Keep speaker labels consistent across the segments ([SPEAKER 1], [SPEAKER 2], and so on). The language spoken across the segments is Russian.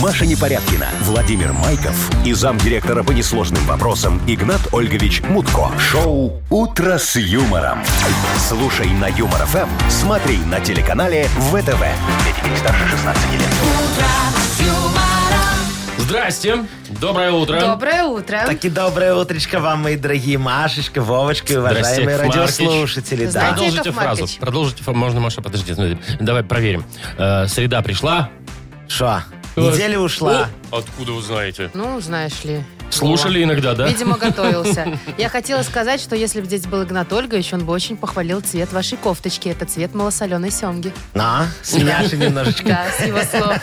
[SPEAKER 1] Маша Непорядкина, Владимир Майков и замдиректора по несложным вопросам Игнат Ольгович Мутко. Шоу «Утро с юмором». Слушай на Юмор ФМ, смотри на телеканале ВТВ. Для детей старше 16 лет.
[SPEAKER 2] Здрасте. Доброе утро.
[SPEAKER 3] Доброе утро.
[SPEAKER 4] Так и доброе утречко вам, мои дорогие Машечка, Вовочка, и уважаемые
[SPEAKER 2] Яков Маркович.
[SPEAKER 4] радиослушатели. Да.
[SPEAKER 3] Здрасте.
[SPEAKER 2] Продолжите
[SPEAKER 3] Яков
[SPEAKER 2] фразу.
[SPEAKER 3] Маркович.
[SPEAKER 2] Продолжите фразу. Можно, Маша, подожди. ну, Давай проверим. Э, Среда пришла.
[SPEAKER 4] Шо? Неделя ушла.
[SPEAKER 2] О, Откуда вы знаете?
[SPEAKER 3] Ну, знаешь ли.
[SPEAKER 2] Слушали иногда, да?
[SPEAKER 3] Вова. Видимо, готовился. Я хотела сказать, что если бы здесь был Игнат Ольгович, он бы очень похвалил цвет вашей кофточки. Это цвет малосоленой семги.
[SPEAKER 4] На, свинячи немножечко.
[SPEAKER 3] Да, с его слов.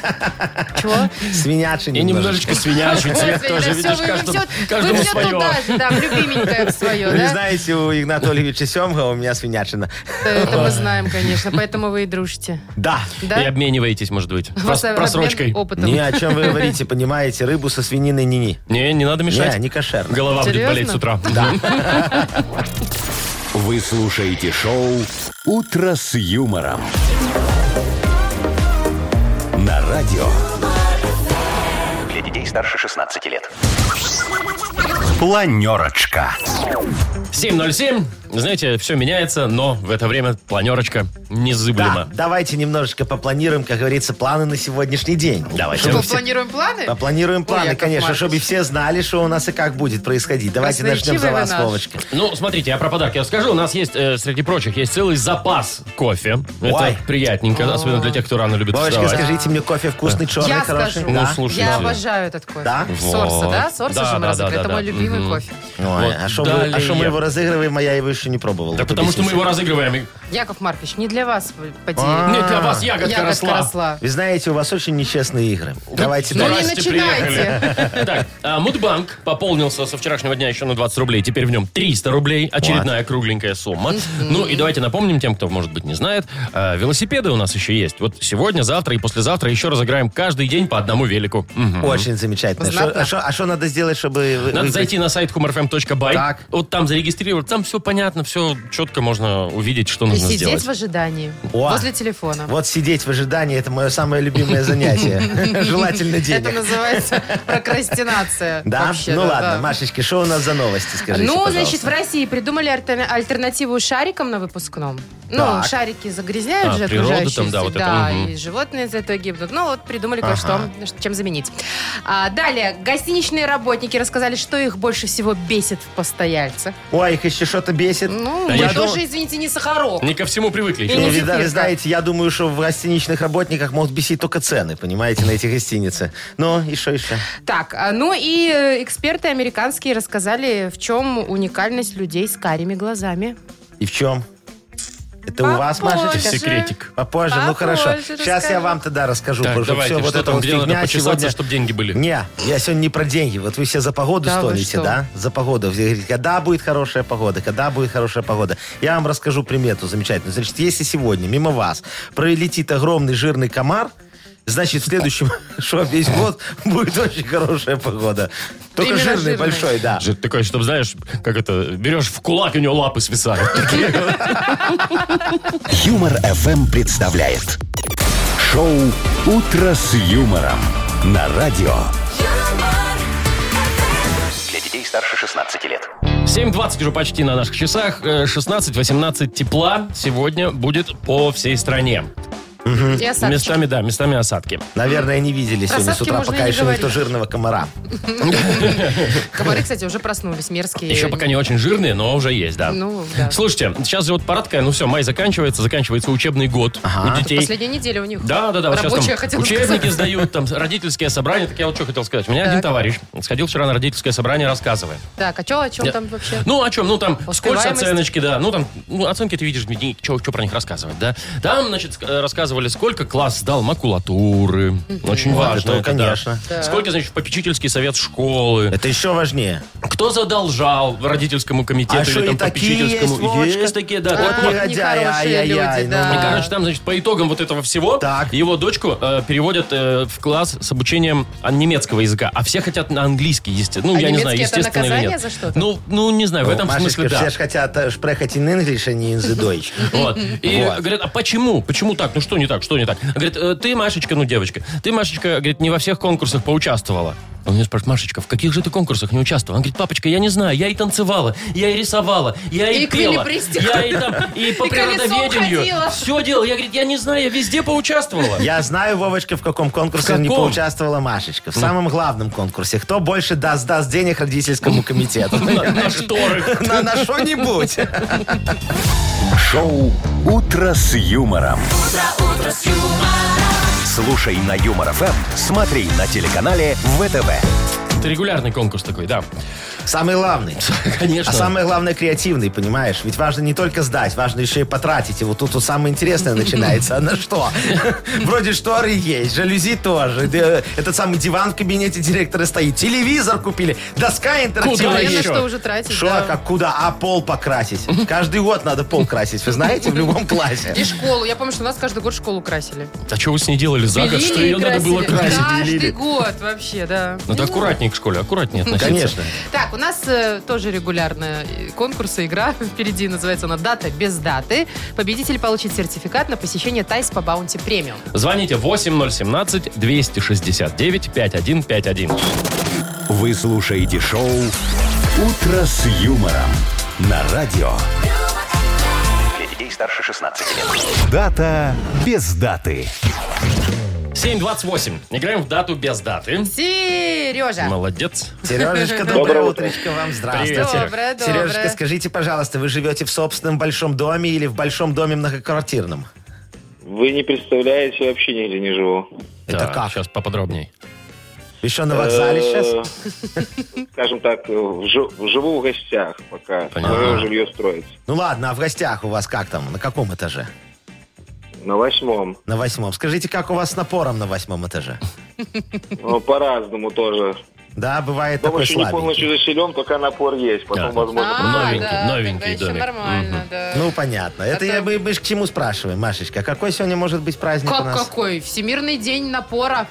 [SPEAKER 3] Чего?
[SPEAKER 4] Свинячи
[SPEAKER 2] И немножечко
[SPEAKER 4] немножечко.
[SPEAKER 2] свинячий цвет тоже, видишь, каждому, каждому
[SPEAKER 3] все
[SPEAKER 2] свое.
[SPEAKER 3] туда же, да, в любименькое в свое,
[SPEAKER 4] Вы
[SPEAKER 3] да?
[SPEAKER 4] знаете, у Игнатольевича Семга, а у меня свинячина.
[SPEAKER 3] Это мы знаем, конечно, поэтому вы и дружите.
[SPEAKER 4] Да.
[SPEAKER 2] И
[SPEAKER 3] Да?
[SPEAKER 2] обмениваетесь, может быть,
[SPEAKER 3] У
[SPEAKER 2] прос-
[SPEAKER 3] вас обмен
[SPEAKER 2] просрочкой.
[SPEAKER 3] Опытом.
[SPEAKER 4] Ни о чем вы говорите, понимаете, рыбу со свининой не-не.
[SPEAKER 2] Не, не надо мешать.
[SPEAKER 4] Не, не кошерно.
[SPEAKER 2] Голова будет болеть с утра.
[SPEAKER 1] Вы слушаете шоу «Утро с юмором». На радио. Для детей старше 16 лет. Планерочка.
[SPEAKER 2] 7.07. Знаете, все меняется, но в это время планерочка
[SPEAKER 4] Да,
[SPEAKER 2] незыблема.
[SPEAKER 4] давайте немножечко попланируем, как говорится, планы на сегодняшний день.
[SPEAKER 2] Давайте.
[SPEAKER 3] Что,
[SPEAKER 4] все-
[SPEAKER 3] планируем планы?
[SPEAKER 4] Попланируем планы,
[SPEAKER 3] Яков
[SPEAKER 4] конечно,
[SPEAKER 3] Маркович.
[SPEAKER 4] чтобы все знали, что у нас и как будет происходить. Давайте
[SPEAKER 3] Красноречивый
[SPEAKER 4] начнем за
[SPEAKER 3] вы
[SPEAKER 4] вас,
[SPEAKER 3] наш.
[SPEAKER 4] Вовочка.
[SPEAKER 2] Ну, смотрите, я про подарки расскажу. У нас есть, э, среди прочих, есть целый запас кофе.
[SPEAKER 4] Ой.
[SPEAKER 2] Это приятненько, особенно для тех, кто рано любит
[SPEAKER 4] Вовочка,
[SPEAKER 2] вставать.
[SPEAKER 4] скажите мне, кофе вкусный, черный,
[SPEAKER 3] Я
[SPEAKER 4] хороший?
[SPEAKER 3] скажу.
[SPEAKER 2] Ну,
[SPEAKER 4] Да?
[SPEAKER 2] слушайте.
[SPEAKER 3] Я обожаю этот кофе.
[SPEAKER 4] Да?
[SPEAKER 3] Сорса,
[SPEAKER 2] Вот.
[SPEAKER 3] да? Сорса
[SPEAKER 2] Да,
[SPEAKER 3] же мы
[SPEAKER 2] да,
[SPEAKER 3] разыграли.
[SPEAKER 2] да,
[SPEAKER 3] Это
[SPEAKER 2] да,
[SPEAKER 3] мой
[SPEAKER 2] да.
[SPEAKER 3] любимый
[SPEAKER 2] Мгм.
[SPEAKER 3] кофе.
[SPEAKER 4] Ой,
[SPEAKER 2] Вот
[SPEAKER 4] а что мы, а шо мы
[SPEAKER 2] далее.
[SPEAKER 4] его разыгрываем, а я его еще не пробовал.
[SPEAKER 2] Да
[SPEAKER 4] Вот
[SPEAKER 2] потому что мы
[SPEAKER 4] объясните.
[SPEAKER 2] его разыгрываем. и-
[SPEAKER 3] Яков Маркович, не для вас
[SPEAKER 4] А,
[SPEAKER 3] поделили.
[SPEAKER 2] Нет, для вас ягодка росла.
[SPEAKER 4] Вы знаете, у вас очень нечестные игры. Давайте
[SPEAKER 3] Ну не
[SPEAKER 4] дальше.
[SPEAKER 2] Здрасте,
[SPEAKER 3] начинайте.
[SPEAKER 2] приехали. Так, а, Мудбанк пополнился со вчерашнего дня еще на 20 рублей. Теперь в нем 300 рублей. Очередная кругленькая сумма. Ну и давайте напомним тем, кто, может быть, не знает. а, Велосипеды у нас еще есть. Вот сегодня, завтра и послезавтра еще разыграем каждый день по одному велику. Мгм.
[SPEAKER 4] Очень замечательно. Шо-
[SPEAKER 3] Знатно.
[SPEAKER 4] а шо- а что надо сделать, чтобы... вы-
[SPEAKER 2] Надо
[SPEAKER 4] выиграть?
[SPEAKER 2] зайти на сайт humorfm.by.
[SPEAKER 4] Так.
[SPEAKER 2] Вот там зарегистрироваться. Там все понятно, все четко можно увидеть, что
[SPEAKER 3] И
[SPEAKER 2] нужно
[SPEAKER 3] сидеть
[SPEAKER 2] сделать. а.
[SPEAKER 3] в ожидании.
[SPEAKER 4] О.
[SPEAKER 3] Возле телефона.
[SPEAKER 4] Вот сидеть в ожидании, это мое самое любимое занятие. Желательно
[SPEAKER 3] Это
[SPEAKER 4] денег.
[SPEAKER 3] называется прокрастинация.
[SPEAKER 4] Да?
[SPEAKER 3] вообще,
[SPEAKER 4] Ну
[SPEAKER 3] да,
[SPEAKER 4] ладно,
[SPEAKER 3] да.
[SPEAKER 4] Машечки, что у нас за новости, скажите,
[SPEAKER 3] Ну,
[SPEAKER 4] пожалуйста.
[SPEAKER 3] значит, в России придумали альтер- альтернативу шарикам на выпускном. Ну,
[SPEAKER 4] Так.
[SPEAKER 3] шарики загрязняют
[SPEAKER 2] А,
[SPEAKER 3] же
[SPEAKER 2] природу
[SPEAKER 3] окружающую
[SPEAKER 2] там, да,
[SPEAKER 3] среду,
[SPEAKER 2] вот это,
[SPEAKER 3] да,
[SPEAKER 2] мгм.
[SPEAKER 3] и животные за это гибнут. Ну, вот придумали
[SPEAKER 4] Ага.
[SPEAKER 3] кое-что, ш- чем заменить. А, далее, гостиничные работники рассказали, что их больше всего бесит в постояльцах.
[SPEAKER 4] Ой, их еще что-то бесит.
[SPEAKER 3] Ну,
[SPEAKER 2] Да
[SPEAKER 3] мы
[SPEAKER 2] я
[SPEAKER 3] тоже,
[SPEAKER 4] думал-
[SPEAKER 3] извините, не сахарок.
[SPEAKER 2] Не ко всему привыкли
[SPEAKER 3] И
[SPEAKER 2] еще.
[SPEAKER 4] Ну,
[SPEAKER 3] не
[SPEAKER 4] вы, да, вы
[SPEAKER 3] зефирка.
[SPEAKER 4] знаете, я думаю, что в гостиничных работниках могут бесить только цены, понимаете, на эти гостиницы. Ну, и что еще?
[SPEAKER 3] Так, а, ну и э, эксперты американские рассказали, в чем уникальность людей с карими глазами.
[SPEAKER 4] И в чем? Это у вас,
[SPEAKER 3] Попозже.
[SPEAKER 4] Машечка?
[SPEAKER 2] Секретик.
[SPEAKER 4] Попозже, ну
[SPEAKER 3] Попозже
[SPEAKER 4] хорошо.
[SPEAKER 3] расскажу.
[SPEAKER 4] Сейчас я вам тогда расскажу.
[SPEAKER 2] Так,
[SPEAKER 4] потому что
[SPEAKER 2] давайте,
[SPEAKER 4] всё
[SPEAKER 2] что там,
[SPEAKER 4] эта
[SPEAKER 2] где надо
[SPEAKER 4] фигня
[SPEAKER 2] почесаться,
[SPEAKER 4] сегодня-
[SPEAKER 2] чтобы деньги были?
[SPEAKER 4] Не, я сегодня не про деньги. Вот вы все за погоду
[SPEAKER 3] Да вы
[SPEAKER 4] столите,
[SPEAKER 3] что?
[SPEAKER 4] да? За погоду. Вы говорите, когда будет хорошая погода, когда будет хорошая погода. Я вам расскажу примету замечательную. Значит, если сегодня мимо вас пролетит огромный жирный комар, значит, в следующем, что весь год будет очень хорошая погода. Только
[SPEAKER 3] Именно
[SPEAKER 4] жирный,
[SPEAKER 3] жирный.
[SPEAKER 4] большой, да.
[SPEAKER 2] Же такое, чтобы, знаешь, как это, берешь в кулак, и у него лапы свисают.
[SPEAKER 1] Юмор FM представляет шоу Утро с юмором на радио. Для детей старше 16 лет.
[SPEAKER 2] 7.20 уже почти на наших часах. Э, 16-18 тепла сегодня будет по всей стране.
[SPEAKER 3] И осадки.
[SPEAKER 2] Местами, да, местами осадки.
[SPEAKER 4] Наверное, не видели сегодня с
[SPEAKER 3] Красавки
[SPEAKER 4] утра,
[SPEAKER 3] можно
[SPEAKER 4] пока
[SPEAKER 3] и не
[SPEAKER 4] еще никто
[SPEAKER 3] говорить.
[SPEAKER 4] жирного комара.
[SPEAKER 3] Комары, кстати, уже проснулись, мерзкие.
[SPEAKER 2] Еще пока не очень жирные, но уже есть, да.
[SPEAKER 3] Э, Ну, да.
[SPEAKER 2] Слушайте, сейчас же вот пора такая, ну все, май заканчивается, заканчивается учебный год у детей.
[SPEAKER 3] Последняя неделя у них.
[SPEAKER 2] Да, да, да. Вот сейчас
[SPEAKER 3] Рабочая,
[SPEAKER 2] там
[SPEAKER 3] хотела
[SPEAKER 2] учебники
[SPEAKER 3] сказать.
[SPEAKER 2] сдают, там родительские собрания. Так я вот что хотел сказать. У меня один товарищ сходил вчера на родительское собрание, рассказывает.
[SPEAKER 3] Так, а чё, о чем
[SPEAKER 2] Я-
[SPEAKER 3] там вообще?
[SPEAKER 2] Ну, о чем? Ну, там, скользь
[SPEAKER 3] Успеваемость?
[SPEAKER 2] оценочки, да. Ну, там, ну, оценки ты видишь, что про них рассказывать, да. Там, значит, ск- э, рассказывали, сколько класс сдал макулатуры. Очень
[SPEAKER 4] Вот
[SPEAKER 2] важно.
[SPEAKER 4] это,
[SPEAKER 2] да.
[SPEAKER 4] конечно.
[SPEAKER 3] Так.
[SPEAKER 2] Сколько, значит, попечительский совет школы.
[SPEAKER 4] Это еще важнее.
[SPEAKER 2] Кто задолжал в родительскому комитету
[SPEAKER 4] А
[SPEAKER 2] или
[SPEAKER 4] что,
[SPEAKER 2] там
[SPEAKER 4] и такие
[SPEAKER 2] попечительскому?
[SPEAKER 4] есть, Вовочка?
[SPEAKER 2] Есть такие, да.
[SPEAKER 4] Вот
[SPEAKER 2] Так вот,
[SPEAKER 4] негодяи,
[SPEAKER 3] нехорошие
[SPEAKER 4] ай-яй-яй.
[SPEAKER 3] люди,
[SPEAKER 4] ну,
[SPEAKER 3] да.
[SPEAKER 2] и, короче, там, значит, по итогам вот этого всего
[SPEAKER 4] Так.
[SPEAKER 2] его дочку э, переводят э, в класс с обучением а, немецкого языка. А все хотят на английский, естественно. Ну,
[SPEAKER 3] А
[SPEAKER 2] я не знаю,
[SPEAKER 3] немецкий это
[SPEAKER 2] естественно или
[SPEAKER 3] наказание
[SPEAKER 2] нет.
[SPEAKER 3] за что-то?
[SPEAKER 2] Ну, ну, не знаю, в этом
[SPEAKER 4] Машечка,
[SPEAKER 2] смысле, да.
[SPEAKER 4] Все же хотят э, шпрехать in English, а не in the Deutsch.
[SPEAKER 2] Вот. И
[SPEAKER 4] Вот.
[SPEAKER 2] говорят, а почему? Почему так? Ну что, не так, что не так? Она говорит, «Э, ты, Машечка, ну, девочка, ты, Машечка, говорит, не во всех конкурсах поучаствовала. Он меня спрашивает, Машечка, в каких же ты конкурсах не участвовала? Она говорит, папочка, я не знаю, я и танцевала, я и рисовала, я и,
[SPEAKER 3] И к
[SPEAKER 2] пела,
[SPEAKER 3] билибристику.
[SPEAKER 2] я и там, и по
[SPEAKER 3] И колесом
[SPEAKER 2] природоведению.
[SPEAKER 3] ходила».
[SPEAKER 2] Все делала. Я, говорит, я не знаю, я везде поучаствовала.
[SPEAKER 4] Я знаю, Вовочка, в каком конкурсе
[SPEAKER 2] каком?
[SPEAKER 4] не
[SPEAKER 2] Ну.
[SPEAKER 4] поучаствовала Машечка. В самом главном конкурсе. Кто больше даст, даст денег родительскому комитету?
[SPEAKER 2] На, на шторы.
[SPEAKER 4] На, на что-нибудь.
[SPEAKER 1] Шоу «Утро с юмором». Слушай на Юмор ФМ, смотри на телеканале ВТВ.
[SPEAKER 2] Это регулярный конкурс такой, да.
[SPEAKER 4] Самый главный.
[SPEAKER 2] Конечно.
[SPEAKER 4] А самое главное, креативный, понимаешь? Ведь важно не только сдать, важно еще и потратить. И вот тут вот самое интересное начинается. А на что? Вроде шторы есть, жалюзи тоже. Э, Этот самый диван в кабинете директора стоит. Телевизор купили, доска
[SPEAKER 2] Куда
[SPEAKER 4] интерактивная
[SPEAKER 3] Ну, Я
[SPEAKER 2] еще?
[SPEAKER 4] есть.
[SPEAKER 3] на что уже тратить?
[SPEAKER 4] Шо,
[SPEAKER 3] да.
[SPEAKER 4] как куда? А пол покрасить. Каждый год надо пол красить, вы знаете, в любом классе.
[SPEAKER 3] И школу. Я помню, что у нас каждый год школу красили.
[SPEAKER 2] А что вы с ней делали за год,
[SPEAKER 3] Белили
[SPEAKER 2] что
[SPEAKER 3] и
[SPEAKER 2] ее надо было
[SPEAKER 3] красили.
[SPEAKER 2] красить?
[SPEAKER 3] Каждый
[SPEAKER 4] белили.
[SPEAKER 3] год вообще, да.
[SPEAKER 2] Надо аккуратнее к школе, аккуратнее относиться.
[SPEAKER 4] Конечно.
[SPEAKER 3] Так, у нас э, тоже регулярно э, конкурс и игра. Впереди называется она «Дата без даты». Победитель получит сертификат на посещение Тайс по Баунти Премиум.
[SPEAKER 2] Звоните 8017-269-5151.
[SPEAKER 1] Вы слушаете шоу «Утро с юмором» на радио. Для детей старше 16 лет. Дата без даты.
[SPEAKER 2] 728. Играем в дату без даты.
[SPEAKER 3] Сережа!
[SPEAKER 2] Молодец.
[SPEAKER 4] Сережечка, доброе утречко вам.
[SPEAKER 2] Привет,
[SPEAKER 4] Здравствуйте.
[SPEAKER 2] Сереж.
[SPEAKER 3] Доброе, доброе.
[SPEAKER 4] Сережечка, скажите, пожалуйста, вы живете в собственном большом доме или в большом доме многоквартирном?
[SPEAKER 5] Вы не представляете, я вообще нигде не живу.
[SPEAKER 4] Это как?
[SPEAKER 2] Сейчас поподробнее.
[SPEAKER 4] Еще на вокзале сейчас?
[SPEAKER 5] Э, Скажем так, э, вж- живу в гостях, пока
[SPEAKER 2] Понятно.
[SPEAKER 5] свое жилье строится.
[SPEAKER 4] Ну ладно, а в гостях у вас как там? На каком этаже?
[SPEAKER 5] На восьмом.
[SPEAKER 4] На восьмом. Скажите, как у вас с напором на восьмом этаже?
[SPEAKER 5] Ну, по-разному тоже.
[SPEAKER 4] Да, бывает
[SPEAKER 5] Дом
[SPEAKER 4] такой
[SPEAKER 5] еще не
[SPEAKER 4] слабенький.
[SPEAKER 5] полностью заселен, пока напор есть. Потом,
[SPEAKER 2] Да.
[SPEAKER 5] возможно,
[SPEAKER 3] А,
[SPEAKER 2] новенький, новенький
[SPEAKER 3] тогда еще
[SPEAKER 2] домик.
[SPEAKER 3] нормально, да.
[SPEAKER 4] Ну, понятно. Это я, мы, мы ж к чему спрашиваем, Машечка? А Какой сегодня может быть праздник у
[SPEAKER 3] как
[SPEAKER 4] нас?
[SPEAKER 3] какой? Всемирный день напора.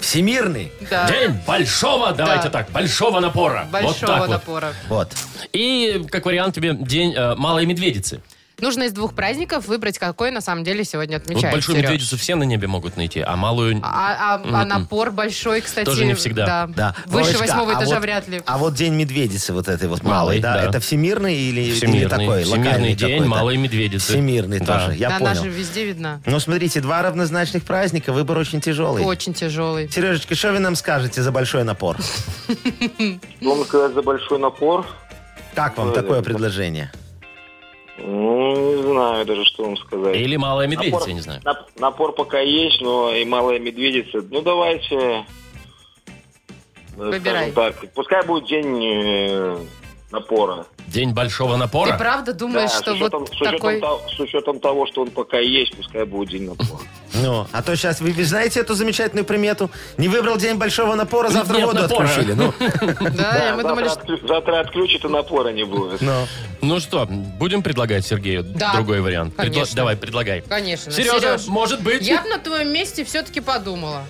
[SPEAKER 4] Всемирный.
[SPEAKER 3] Да.
[SPEAKER 2] День большого, давайте так, большого напора. вот
[SPEAKER 3] Большого
[SPEAKER 2] так вот.
[SPEAKER 3] напора.
[SPEAKER 4] Вот.
[SPEAKER 2] И, как вариант, тебе день э, малой медведицы.
[SPEAKER 3] Нужно из двух праздников выбрать, какой на самом деле сегодня
[SPEAKER 2] Вот
[SPEAKER 3] отмечается.
[SPEAKER 2] большую
[SPEAKER 3] Сереж.
[SPEAKER 2] медведицу все на небе могут найти, а малую...
[SPEAKER 3] А, а- а напор большой, кстати.
[SPEAKER 2] Тоже не всегда.
[SPEAKER 3] Да.
[SPEAKER 4] Да.
[SPEAKER 3] Выше
[SPEAKER 4] Вовочка,
[SPEAKER 3] восьмого
[SPEAKER 4] а
[SPEAKER 3] этажа
[SPEAKER 4] вот-
[SPEAKER 3] вряд ли.
[SPEAKER 4] А вот День медведицы вот этой вот
[SPEAKER 2] Малый,
[SPEAKER 4] малой, да,
[SPEAKER 2] да.
[SPEAKER 4] это всемирный или, или
[SPEAKER 2] Всемирный.
[SPEAKER 4] такой
[SPEAKER 2] Всемирный
[SPEAKER 4] локальный
[SPEAKER 2] день
[SPEAKER 4] какой-то?
[SPEAKER 2] малой медведицы.
[SPEAKER 4] Всемирный
[SPEAKER 2] Да.
[SPEAKER 4] тоже, я
[SPEAKER 3] Да, Она же
[SPEAKER 4] понял.
[SPEAKER 3] везде видна.
[SPEAKER 4] Ну, смотрите, два равнозначных праздника, выбор очень тяжелый.
[SPEAKER 3] Очень тяжелый.
[SPEAKER 4] Сережечка, что вы нам скажете за большой напор?
[SPEAKER 5] дом сказать за большой напор.
[SPEAKER 4] Как вам
[SPEAKER 5] Ой,
[SPEAKER 4] такое
[SPEAKER 5] да.
[SPEAKER 4] предложение?
[SPEAKER 5] Ну, не знаю даже, что вам сказать.
[SPEAKER 2] Или малая медведица,
[SPEAKER 5] Напор-
[SPEAKER 2] я не знаю.
[SPEAKER 5] нап- Напор пока есть, но и малая медведица. Ну, давайте... э,
[SPEAKER 3] Выбирай.
[SPEAKER 5] скажем Так, пускай будет день э, напора.
[SPEAKER 2] День большого напора.
[SPEAKER 3] Ты правда думаешь,
[SPEAKER 5] Да,
[SPEAKER 3] что
[SPEAKER 5] с, учетом,
[SPEAKER 3] вот
[SPEAKER 5] с учетом
[SPEAKER 3] такой...
[SPEAKER 5] того, с учетом того, что он пока есть, пускай будет день напора.
[SPEAKER 4] Ну, а то сейчас вы знаете эту замечательную примету? Не выбрал день большого напора, завтра
[SPEAKER 2] Нет
[SPEAKER 4] воду
[SPEAKER 2] напора.
[SPEAKER 4] отключили. Ну,
[SPEAKER 3] Да, и мы
[SPEAKER 5] завтра,
[SPEAKER 3] думали, что...
[SPEAKER 5] отклю- завтра отключит и напора не будет.
[SPEAKER 4] ну.
[SPEAKER 2] Ну что, будем предлагать Сергею
[SPEAKER 3] Да.
[SPEAKER 2] другой вариант? Предло-
[SPEAKER 3] Конечно.
[SPEAKER 2] Давай, предлагай.
[SPEAKER 3] Конечно.
[SPEAKER 2] Сережа,
[SPEAKER 3] Сереж,
[SPEAKER 2] может быть?
[SPEAKER 3] я бы на твоем месте все-таки подумала.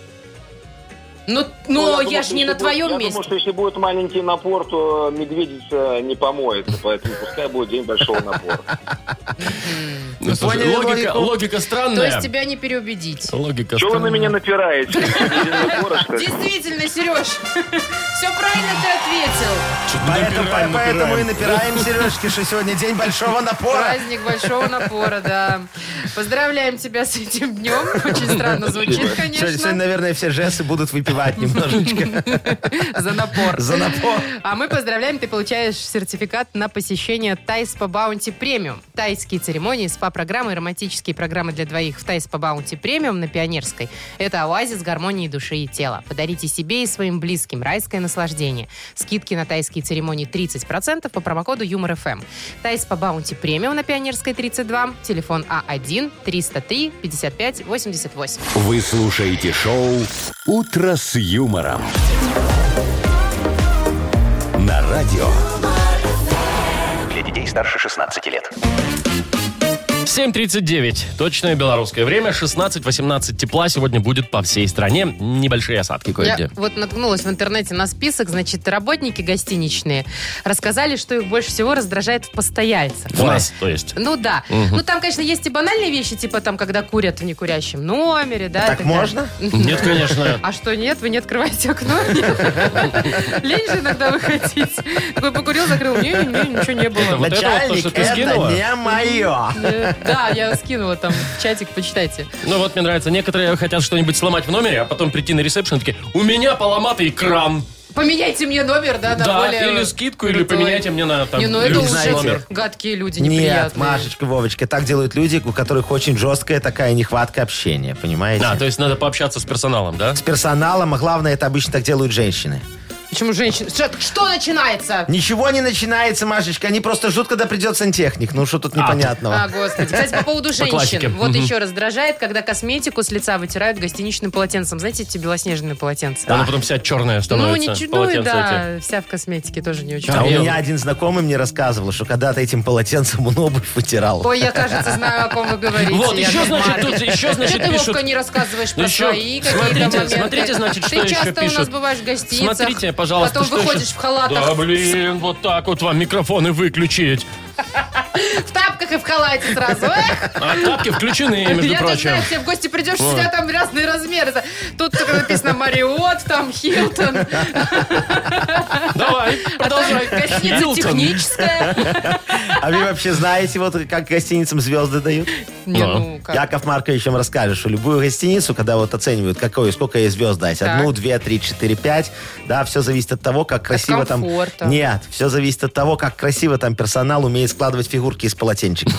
[SPEAKER 3] Но, но
[SPEAKER 5] Ну,
[SPEAKER 3] я,
[SPEAKER 5] думаю,
[SPEAKER 3] же
[SPEAKER 5] что
[SPEAKER 3] не
[SPEAKER 5] если
[SPEAKER 3] на твоем
[SPEAKER 5] будет- Я
[SPEAKER 3] месте.
[SPEAKER 5] думаю, что если будет маленький напор, то медведица не помоется, поэтому пускай будет день большого напора.
[SPEAKER 2] Ну, слушай,
[SPEAKER 4] поняли
[SPEAKER 2] логика,
[SPEAKER 4] логику?
[SPEAKER 2] логика странная.
[SPEAKER 3] То есть тебя не переубедить.
[SPEAKER 2] Логика
[SPEAKER 5] Чего вы на
[SPEAKER 2] странная.
[SPEAKER 5] меня напираете? День напора, что ли?
[SPEAKER 3] Действительно, Сереж, все правильно ты ответил.
[SPEAKER 2] Чё-то
[SPEAKER 4] Поэтому,
[SPEAKER 2] напираем,
[SPEAKER 4] поэтому и
[SPEAKER 2] напираем.
[SPEAKER 4] напираем, Сережки, что сегодня день большого напора.
[SPEAKER 3] Праздник большого напора, да. Поздравляем тебя с этим днем. Очень странно звучит,
[SPEAKER 4] Сегодня, сегодня,
[SPEAKER 3] конечно,
[SPEAKER 4] наверное, все жесты будут выпивать немножечко
[SPEAKER 3] за напор.
[SPEAKER 4] за напор.
[SPEAKER 3] А мы поздравляем, ты получаешь сертификат на посещение Тайс по Баунти Премиум. Тайские церемонии, спа-программы, и романтические программы для двоих в Тайс по Баунти Премиум на Пионерской. Это оазис гармонии души и тела. Подарите себе и своим близким райское наслаждение. Скидки на тайские церемонии 30% по промокоду Юмор ФМ. Тайс по Баунти Премиум на Пионерской 32, телефон А А1 303 55 88.
[SPEAKER 1] Вы слушаете шоу «Утро с юмором». На радио. Для детей старше 16 лет.
[SPEAKER 2] 7.39. Точное белорусское время. 16-18 тепла сегодня будет по всей стране. Небольшие осадки
[SPEAKER 3] Я
[SPEAKER 2] кое-где.
[SPEAKER 3] вот наткнулась в интернете на список, значит, работники гостиничные рассказали, что их больше всего раздражает в постояльцах.
[SPEAKER 2] У нас, то есть.
[SPEAKER 3] Ну да. Ну там, конечно, есть и банальные вещи, типа там, когда курят в некурящем номере, да. и
[SPEAKER 4] Так
[SPEAKER 3] далее.
[SPEAKER 4] можно?
[SPEAKER 2] Нет, конечно.
[SPEAKER 3] А что нет, вы не открываете окно? Лень же иногда выходить. Такой покурил, закрыл. Не-не-не, ничего не
[SPEAKER 2] Это
[SPEAKER 3] было.
[SPEAKER 2] вот это вот то, что ты
[SPEAKER 4] это
[SPEAKER 2] скинула?
[SPEAKER 4] не мое.
[SPEAKER 3] Э, Да, я скинула там в чатик, почитайте.
[SPEAKER 2] Ну вот мне нравится. Некоторые хотят что-нибудь сломать в номере, а потом прийти на ресепшн и такие, у меня поломатый кран.
[SPEAKER 3] Поменяйте мне номер, да, на
[SPEAKER 2] Да,
[SPEAKER 3] более...
[SPEAKER 2] или скидку, или
[SPEAKER 3] крутой.
[SPEAKER 2] поменяйте мне на там
[SPEAKER 3] Не, ну это
[SPEAKER 2] люкс
[SPEAKER 4] знаете,
[SPEAKER 2] номер.
[SPEAKER 3] уже гадкие люди,
[SPEAKER 4] Нет,
[SPEAKER 3] неприятные.
[SPEAKER 4] Машечка, Вовочка, так делают люди, у которых очень жесткая такая нехватка общения, понимаете?
[SPEAKER 2] А, то есть надо пообщаться с персоналом, да?
[SPEAKER 4] С персоналом, а главное, это обычно так делают женщины.
[SPEAKER 3] Почему женщины? Что, что начинается?
[SPEAKER 4] Ничего не начинается, Машечка, они просто ждут, когда придет сантехник. Ну, что тут непонятного?
[SPEAKER 3] А, господи. Кстати, по поводу
[SPEAKER 2] классике.
[SPEAKER 3] женщин. Вот
[SPEAKER 2] Мгм.
[SPEAKER 3] еще раздражает, когда косметику с лица вытирают гостиничным полотенцем. Знаете, эти белоснежные полотенца?
[SPEAKER 2] Она потом вся черная
[SPEAKER 3] Ну,
[SPEAKER 2] становится.
[SPEAKER 3] не ну, и
[SPEAKER 2] полотенца эти.
[SPEAKER 3] да, вся в косметике тоже не очень.
[SPEAKER 4] А у
[SPEAKER 2] Ё.
[SPEAKER 4] меня один знакомый мне рассказывал, что когда-то этим полотенцем он обувь вытирал.
[SPEAKER 3] Ой, я, кажется, знаю, о ком вы говорите.
[SPEAKER 2] Вот,
[SPEAKER 3] Яков
[SPEAKER 2] еще, значит,
[SPEAKER 3] Маркович.
[SPEAKER 2] тут еще, значит,
[SPEAKER 3] Что ты,
[SPEAKER 2] пишут-
[SPEAKER 3] Вовка, не рассказываешь про
[SPEAKER 2] Еще-
[SPEAKER 3] свои какие-то
[SPEAKER 2] смотрите,
[SPEAKER 3] моменты?
[SPEAKER 2] смотрите, значит, что
[SPEAKER 3] Ты
[SPEAKER 2] еще
[SPEAKER 3] часто у нас
[SPEAKER 2] пишут.
[SPEAKER 3] бываешь в гостиницах.
[SPEAKER 2] Смотрите, пожалуйста,
[SPEAKER 3] Потом
[SPEAKER 2] что
[SPEAKER 3] выходишь
[SPEAKER 2] щас-
[SPEAKER 3] в халатах,
[SPEAKER 2] Да, блин, вот так вот вам микрофоны выключить.
[SPEAKER 3] в тапках и в халате сразу. Эх,
[SPEAKER 2] А тапки включены, между
[SPEAKER 3] я тут
[SPEAKER 2] прочим.
[SPEAKER 3] знаю, к тебе в гости придешь, у тебя там разные размеры. Тут только написано Мариот, там Хилтон.
[SPEAKER 2] Давай,
[SPEAKER 3] А там
[SPEAKER 2] продолжай.
[SPEAKER 3] гостиница
[SPEAKER 2] Хилтон.
[SPEAKER 3] техническая.
[SPEAKER 4] А вы вообще знаете, вот как гостиницам звезды дают?
[SPEAKER 3] Не,
[SPEAKER 2] Ну.
[SPEAKER 3] ну как.
[SPEAKER 4] Яков Маркович им расскажет, что любую гостиницу, когда вот оценивают, какой, сколько ей звезд дать,
[SPEAKER 3] Так.
[SPEAKER 4] одну, две, три, четыре, пять, да, все зависит от того, как красиво там...
[SPEAKER 3] комфорта.
[SPEAKER 4] Нет, все зависит от того, как красиво там персонал умеет складывать фигурки из полотенчиков.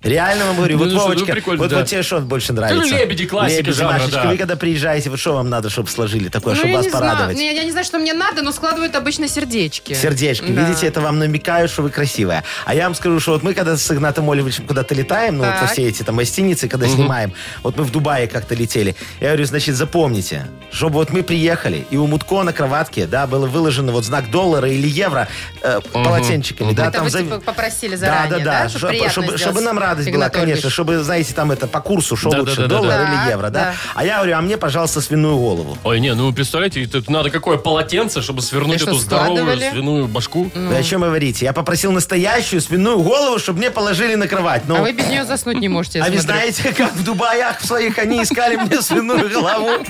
[SPEAKER 4] Реально вам говорю,
[SPEAKER 2] Ну,
[SPEAKER 4] вот
[SPEAKER 2] ну, что, ну,
[SPEAKER 4] Вовочка,
[SPEAKER 2] прикольно,
[SPEAKER 4] вот,
[SPEAKER 2] да. Ну,
[SPEAKER 4] вот тебе что больше нравится?
[SPEAKER 2] лебеди, классика
[SPEAKER 4] Лебеди,
[SPEAKER 2] жанра,
[SPEAKER 4] Машечка,
[SPEAKER 2] да.
[SPEAKER 4] вы когда приезжаете, вот что вам надо, чтобы сложили такое,
[SPEAKER 3] Ну,
[SPEAKER 4] чтобы
[SPEAKER 3] я
[SPEAKER 4] вас
[SPEAKER 3] не знаю.
[SPEAKER 4] порадовать?
[SPEAKER 3] Не, Я не знаю, что мне надо, но складывают обычно сердечки.
[SPEAKER 4] Сердечки,
[SPEAKER 3] Да.
[SPEAKER 4] видите, это вам намекаю, что вы красивая. А я вам скажу, что вот мы когда с Игнатом Олевичем куда-то летаем, ну вот во
[SPEAKER 3] Так.
[SPEAKER 4] все эти там гостиницы, когда снимаем, вот мы в Дубае как-то летели. Я говорю, значит, запомните, чтобы вот мы приехали, и у Мутко на кроватке, да, было выложено вот знак доллара или евро э, полотенчиками, да,
[SPEAKER 3] Это
[SPEAKER 4] там
[SPEAKER 3] вы
[SPEAKER 4] за-
[SPEAKER 3] типа попросили заранее, да?
[SPEAKER 4] чтоб-
[SPEAKER 3] Чтоб приятно
[SPEAKER 4] чтобы,
[SPEAKER 3] сделать,
[SPEAKER 4] чтобы нам радость
[SPEAKER 3] Игнат
[SPEAKER 4] была, конечно,
[SPEAKER 3] Ольгович.
[SPEAKER 4] чтобы, знаете, там это по курсу, что
[SPEAKER 2] Да,
[SPEAKER 4] лучше,
[SPEAKER 2] да, да, да,
[SPEAKER 4] доллар
[SPEAKER 3] да.
[SPEAKER 4] или
[SPEAKER 3] Так,
[SPEAKER 4] евро, да.
[SPEAKER 3] да.
[SPEAKER 4] А я говорю, а мне, пожалуйста, свиную голову.
[SPEAKER 2] Ой, не, ну вы представляете, тут надо какое полотенце, чтобы свернуть
[SPEAKER 3] И что,
[SPEAKER 2] эту здоровую
[SPEAKER 3] складывали?
[SPEAKER 2] свиную башку.
[SPEAKER 4] Да о чем вы говорите? Я попросил настоящую свиную голову, чтобы мне положили на кровать. Ну,
[SPEAKER 3] А вы без нее заснуть не можете, я
[SPEAKER 4] А вы
[SPEAKER 3] смотрю.
[SPEAKER 4] знаете, как в Дубаях в своих они искали мне свиную голову?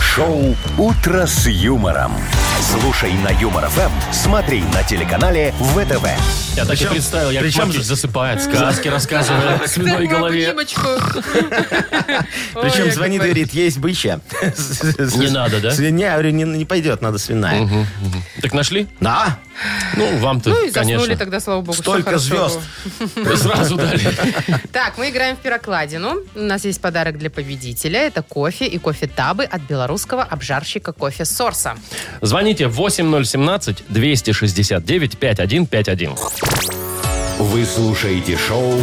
[SPEAKER 1] Шоу «Утро с юмором». Слушай на Юмор ФМ, смотри на телеканале ВТВ.
[SPEAKER 2] Я так и
[SPEAKER 4] Причем-
[SPEAKER 2] представил, я
[SPEAKER 4] причем
[SPEAKER 2] Маркович засыпает, сказки рассказывает о свиной
[SPEAKER 3] Мою
[SPEAKER 2] голове.
[SPEAKER 3] любимочку. Ой,
[SPEAKER 4] Причем
[SPEAKER 3] Яков
[SPEAKER 4] звонит
[SPEAKER 3] Маркович.
[SPEAKER 4] и говорит, есть бычья.
[SPEAKER 2] Не надо, да?
[SPEAKER 4] Свинья, я говорю, не, не пойдет, надо свиная.
[SPEAKER 2] Так нашли?
[SPEAKER 4] Да,
[SPEAKER 2] Ну, вам-то,
[SPEAKER 3] Ну и заснули
[SPEAKER 2] конечно.
[SPEAKER 3] тогда, слава богу. что
[SPEAKER 4] столько
[SPEAKER 3] хорошо
[SPEAKER 4] звезд.
[SPEAKER 3] было.
[SPEAKER 2] Сразу дали.
[SPEAKER 3] Так, мы играем в пирокладину. У нас есть подарок для победителя. Это кофе и кофе-табы от белорусского обжарщика кофе Сорса.
[SPEAKER 2] Звоните 8017-269-5151.
[SPEAKER 1] Вы слушаете шоу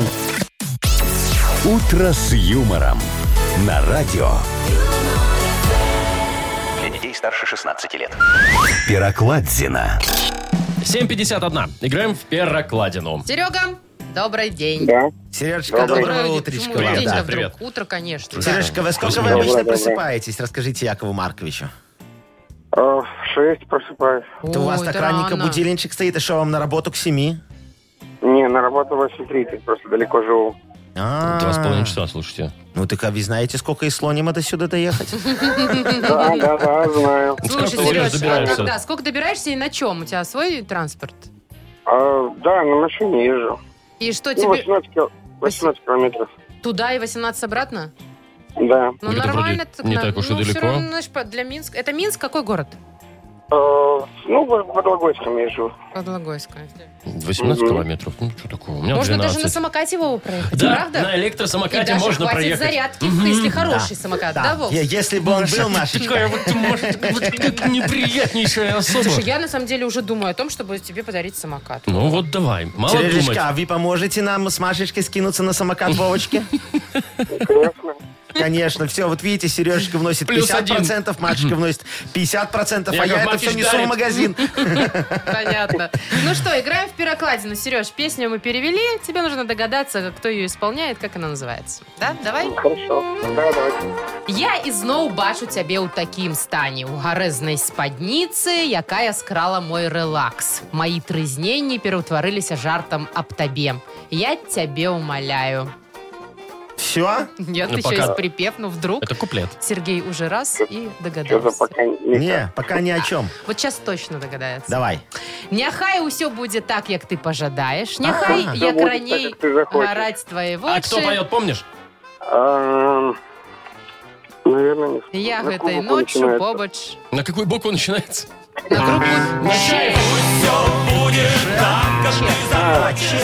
[SPEAKER 1] «Утро с юмором» на радио. Для детей старше 16 лет. Пирокладзина.
[SPEAKER 2] 7.51. Играем в перокладину.
[SPEAKER 3] Серега, добрый день.
[SPEAKER 5] Да.
[SPEAKER 4] Сережечка,
[SPEAKER 5] Доброе
[SPEAKER 4] доброго
[SPEAKER 3] Доброе
[SPEAKER 4] утречка
[SPEAKER 3] утро.
[SPEAKER 4] вам,
[SPEAKER 2] Привет,
[SPEAKER 3] День-то
[SPEAKER 4] да.
[SPEAKER 2] Сереж.
[SPEAKER 3] вдруг.
[SPEAKER 2] привет.
[SPEAKER 3] Утро, конечно.
[SPEAKER 4] Сережечка, во сколько вы
[SPEAKER 2] Доброе,
[SPEAKER 4] обычно
[SPEAKER 5] доброе.
[SPEAKER 4] просыпаетесь? Расскажите Якову Марковичу.
[SPEAKER 5] А, В шесть просыпаюсь.
[SPEAKER 4] Это у вас
[SPEAKER 3] Ой,
[SPEAKER 4] так
[SPEAKER 3] да
[SPEAKER 4] раненько
[SPEAKER 3] рано.
[SPEAKER 4] будильничек стоит, а что вам на работу к семи?
[SPEAKER 5] Не, на работу в 8.30, просто далеко живу.
[SPEAKER 2] Два с
[SPEAKER 4] А,
[SPEAKER 2] половиной часа, слушайте.
[SPEAKER 4] ну так а вы знаете, сколько из слонима до сюда доехать?
[SPEAKER 5] Да, да, да, знаю.
[SPEAKER 2] Как
[SPEAKER 3] Слушай,
[SPEAKER 2] ты говоришь,
[SPEAKER 3] Сереж, а
[SPEAKER 2] добираешься?
[SPEAKER 3] когда? Сколько добираешься и на чем? У тебя свой транспорт?
[SPEAKER 5] А, Да, на машине езжу.
[SPEAKER 3] И что А
[SPEAKER 5] Ну,
[SPEAKER 3] тебе
[SPEAKER 5] 18, кил- 18 километров.
[SPEAKER 3] туда и 18 обратно?
[SPEAKER 5] Да.
[SPEAKER 3] Ну,
[SPEAKER 2] Это
[SPEAKER 3] нормально.
[SPEAKER 2] вроде не
[SPEAKER 3] на-
[SPEAKER 2] так уж и
[SPEAKER 3] ну, всё
[SPEAKER 2] далеко.
[SPEAKER 3] равно, знаешь, по- для Минска. Это Минск какой город?
[SPEAKER 5] А, Ну, в Подлогойском езжу.
[SPEAKER 3] Подлагойска.
[SPEAKER 2] 18
[SPEAKER 5] Мгм.
[SPEAKER 2] километров. Ну, что такого? У меня
[SPEAKER 3] Можно даже на
[SPEAKER 2] 12.
[SPEAKER 3] самокате его проехать,
[SPEAKER 2] Да,
[SPEAKER 3] правда?
[SPEAKER 2] на
[SPEAKER 3] И
[SPEAKER 2] электросамокате
[SPEAKER 3] даже
[SPEAKER 2] можно
[SPEAKER 3] хватит
[SPEAKER 2] проехать.
[SPEAKER 3] зарядки, если хороший самокат, да, Вов?
[SPEAKER 4] Е- Если бы он был, Машечка.
[SPEAKER 2] Такая вот, может, вот такая неприятнейшая особа.
[SPEAKER 3] Слушай, я на самом деле уже думаю о том, чтобы тебе подарить самокат.
[SPEAKER 2] Ну вот давай, мало думать.
[SPEAKER 4] Сережечка, а вы поможете нам с Машечкой скинуться на самокат Вовочки?
[SPEAKER 5] Интересно.
[SPEAKER 4] Конечно, все. Вот видите, Сережечка вносит
[SPEAKER 2] Плюс
[SPEAKER 4] 50%, Машечка вносит 50%,
[SPEAKER 2] Яков
[SPEAKER 4] а я это
[SPEAKER 2] Маркович
[SPEAKER 4] все несу в
[SPEAKER 2] дарит.
[SPEAKER 4] магазин.
[SPEAKER 3] Понятно. Ну что, играем в пирокладину. Сереж, песню мы перевели. Тебе нужно догадаться, кто ее исполняет, как она называется. Да, давай.
[SPEAKER 5] Хорошо. Да, давайте.
[SPEAKER 3] Я ізноў бачу цябе ў такім стане у гарэзнай спадніцы, якая скрала мой рэлакс. Маі трызненні пераўтварыліся жартам аб табе. Я цябе умаляю.
[SPEAKER 4] Все?
[SPEAKER 3] Нет,
[SPEAKER 2] Ну,
[SPEAKER 3] еще
[SPEAKER 2] пока-
[SPEAKER 3] есть припев, но вдруг
[SPEAKER 2] Это куплет.
[SPEAKER 3] Сергей уже раз и
[SPEAKER 5] Что за
[SPEAKER 3] догадался.
[SPEAKER 5] пока не...
[SPEAKER 4] Не, пока ни о чем.
[SPEAKER 3] Вот сейчас точно догадаецца.
[SPEAKER 4] Давай.
[SPEAKER 3] Няхай усё будзе так, як ты пажадаеш. Няхай
[SPEAKER 4] Ага.
[SPEAKER 3] як
[SPEAKER 5] Всё будзе
[SPEAKER 3] раней
[SPEAKER 5] так, як ты захочешь.
[SPEAKER 3] гараць твае
[SPEAKER 2] А кто
[SPEAKER 3] вочы.
[SPEAKER 2] поет, помнишь?
[SPEAKER 5] Эм, Наверное, не вспомню.
[SPEAKER 3] Я
[SPEAKER 5] На
[SPEAKER 3] гэтай
[SPEAKER 5] кубок
[SPEAKER 3] ночью
[SPEAKER 5] начинается.
[SPEAKER 3] побач.
[SPEAKER 2] На какую букву начинается?
[SPEAKER 3] На группу
[SPEAKER 2] Чаев.
[SPEAKER 4] Че?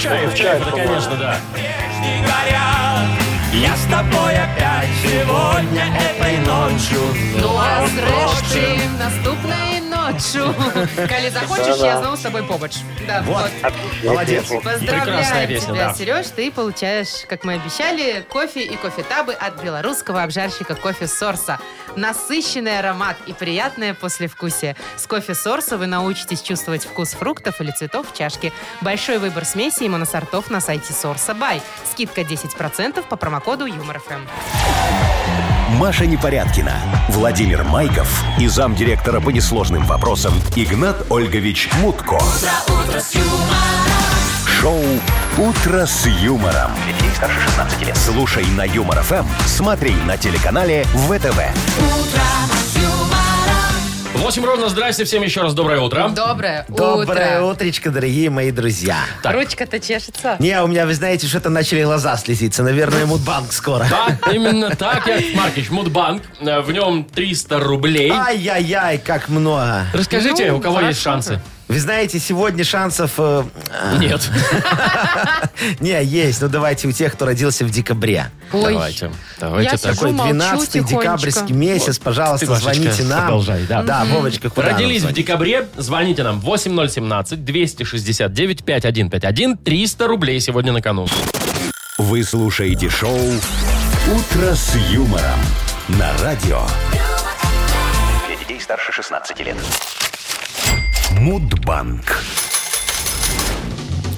[SPEAKER 2] Чаев, Чаев, это, конечно, да.
[SPEAKER 6] Я с тобой опять сегодня этой ночью.
[SPEAKER 3] Ну а зрэшты наступнай ноччу. Калі захочаш, я зноў з табой побач. Да,
[SPEAKER 4] Вот. Молодец.
[SPEAKER 2] Прекрасная
[SPEAKER 3] Поздравляем
[SPEAKER 2] песня,
[SPEAKER 3] тебя,
[SPEAKER 2] да.
[SPEAKER 3] Сереж. Ты получаешь, как мы обещали, кофе и кофе-табы от белорусского обжарщика кофе Сорса. Насыщенный аромат и приятное послевкусие. С кофе Сорса вы научитесь чувствовать вкус фруктов или цветов в чашке. Большой выбор смесей и моносортов на сайте Сорса Бай. Скидка 10% по промокоду ЮморФМ.
[SPEAKER 1] Маша Непорядкина, Владимир Майков и замдиректора по несложным вопросам Игнат Ольгович Мутко. Шоу Утро с юмором. Детей старше 16 лет. Слушай на юмор ФМ, смотри на телеканале ВТВ.
[SPEAKER 2] 8 ровно, здрасте, всем еще раз доброе утро.
[SPEAKER 3] Доброе,
[SPEAKER 4] Доброе
[SPEAKER 3] утро.
[SPEAKER 4] утречко, дорогие мои друзья.
[SPEAKER 2] Так.
[SPEAKER 3] Ручка-то чешется.
[SPEAKER 4] Не, у меня, вы знаете, что-то начали глаза слезиться. Наверное, Мудбанк скоро.
[SPEAKER 2] Да, именно так, Яков Маркич, Мудбанк, э, в нем 300 рублей.
[SPEAKER 4] Ай-яй-яй, как много.
[SPEAKER 2] Расскажите,
[SPEAKER 3] Ну,
[SPEAKER 2] у кого есть шансы?
[SPEAKER 4] Вы знаете, сегодня шансов... э,
[SPEAKER 2] Нет.
[SPEAKER 4] не, есть. Ну, давайте у тех, кто родился в декабре.
[SPEAKER 3] Ой.
[SPEAKER 2] Давайте, давайте
[SPEAKER 3] Я
[SPEAKER 2] так.
[SPEAKER 3] сижу,
[SPEAKER 4] Такой
[SPEAKER 3] молчу
[SPEAKER 4] 12
[SPEAKER 3] тихонечко.
[SPEAKER 4] декабрьский месяц, пожалуйста,
[SPEAKER 2] Ты, Машечка,
[SPEAKER 4] звоните нам.
[SPEAKER 2] продолжай, да.
[SPEAKER 4] да, Вовочка, куда нам
[SPEAKER 2] Родились в
[SPEAKER 4] звонить?
[SPEAKER 2] декабре, звоните нам 8017-269-5151, 300 рублей сегодня на кону.
[SPEAKER 1] Вы слушаете шоу Утро с юмором на радио. Для детей старше 16 лет. Мудбанк.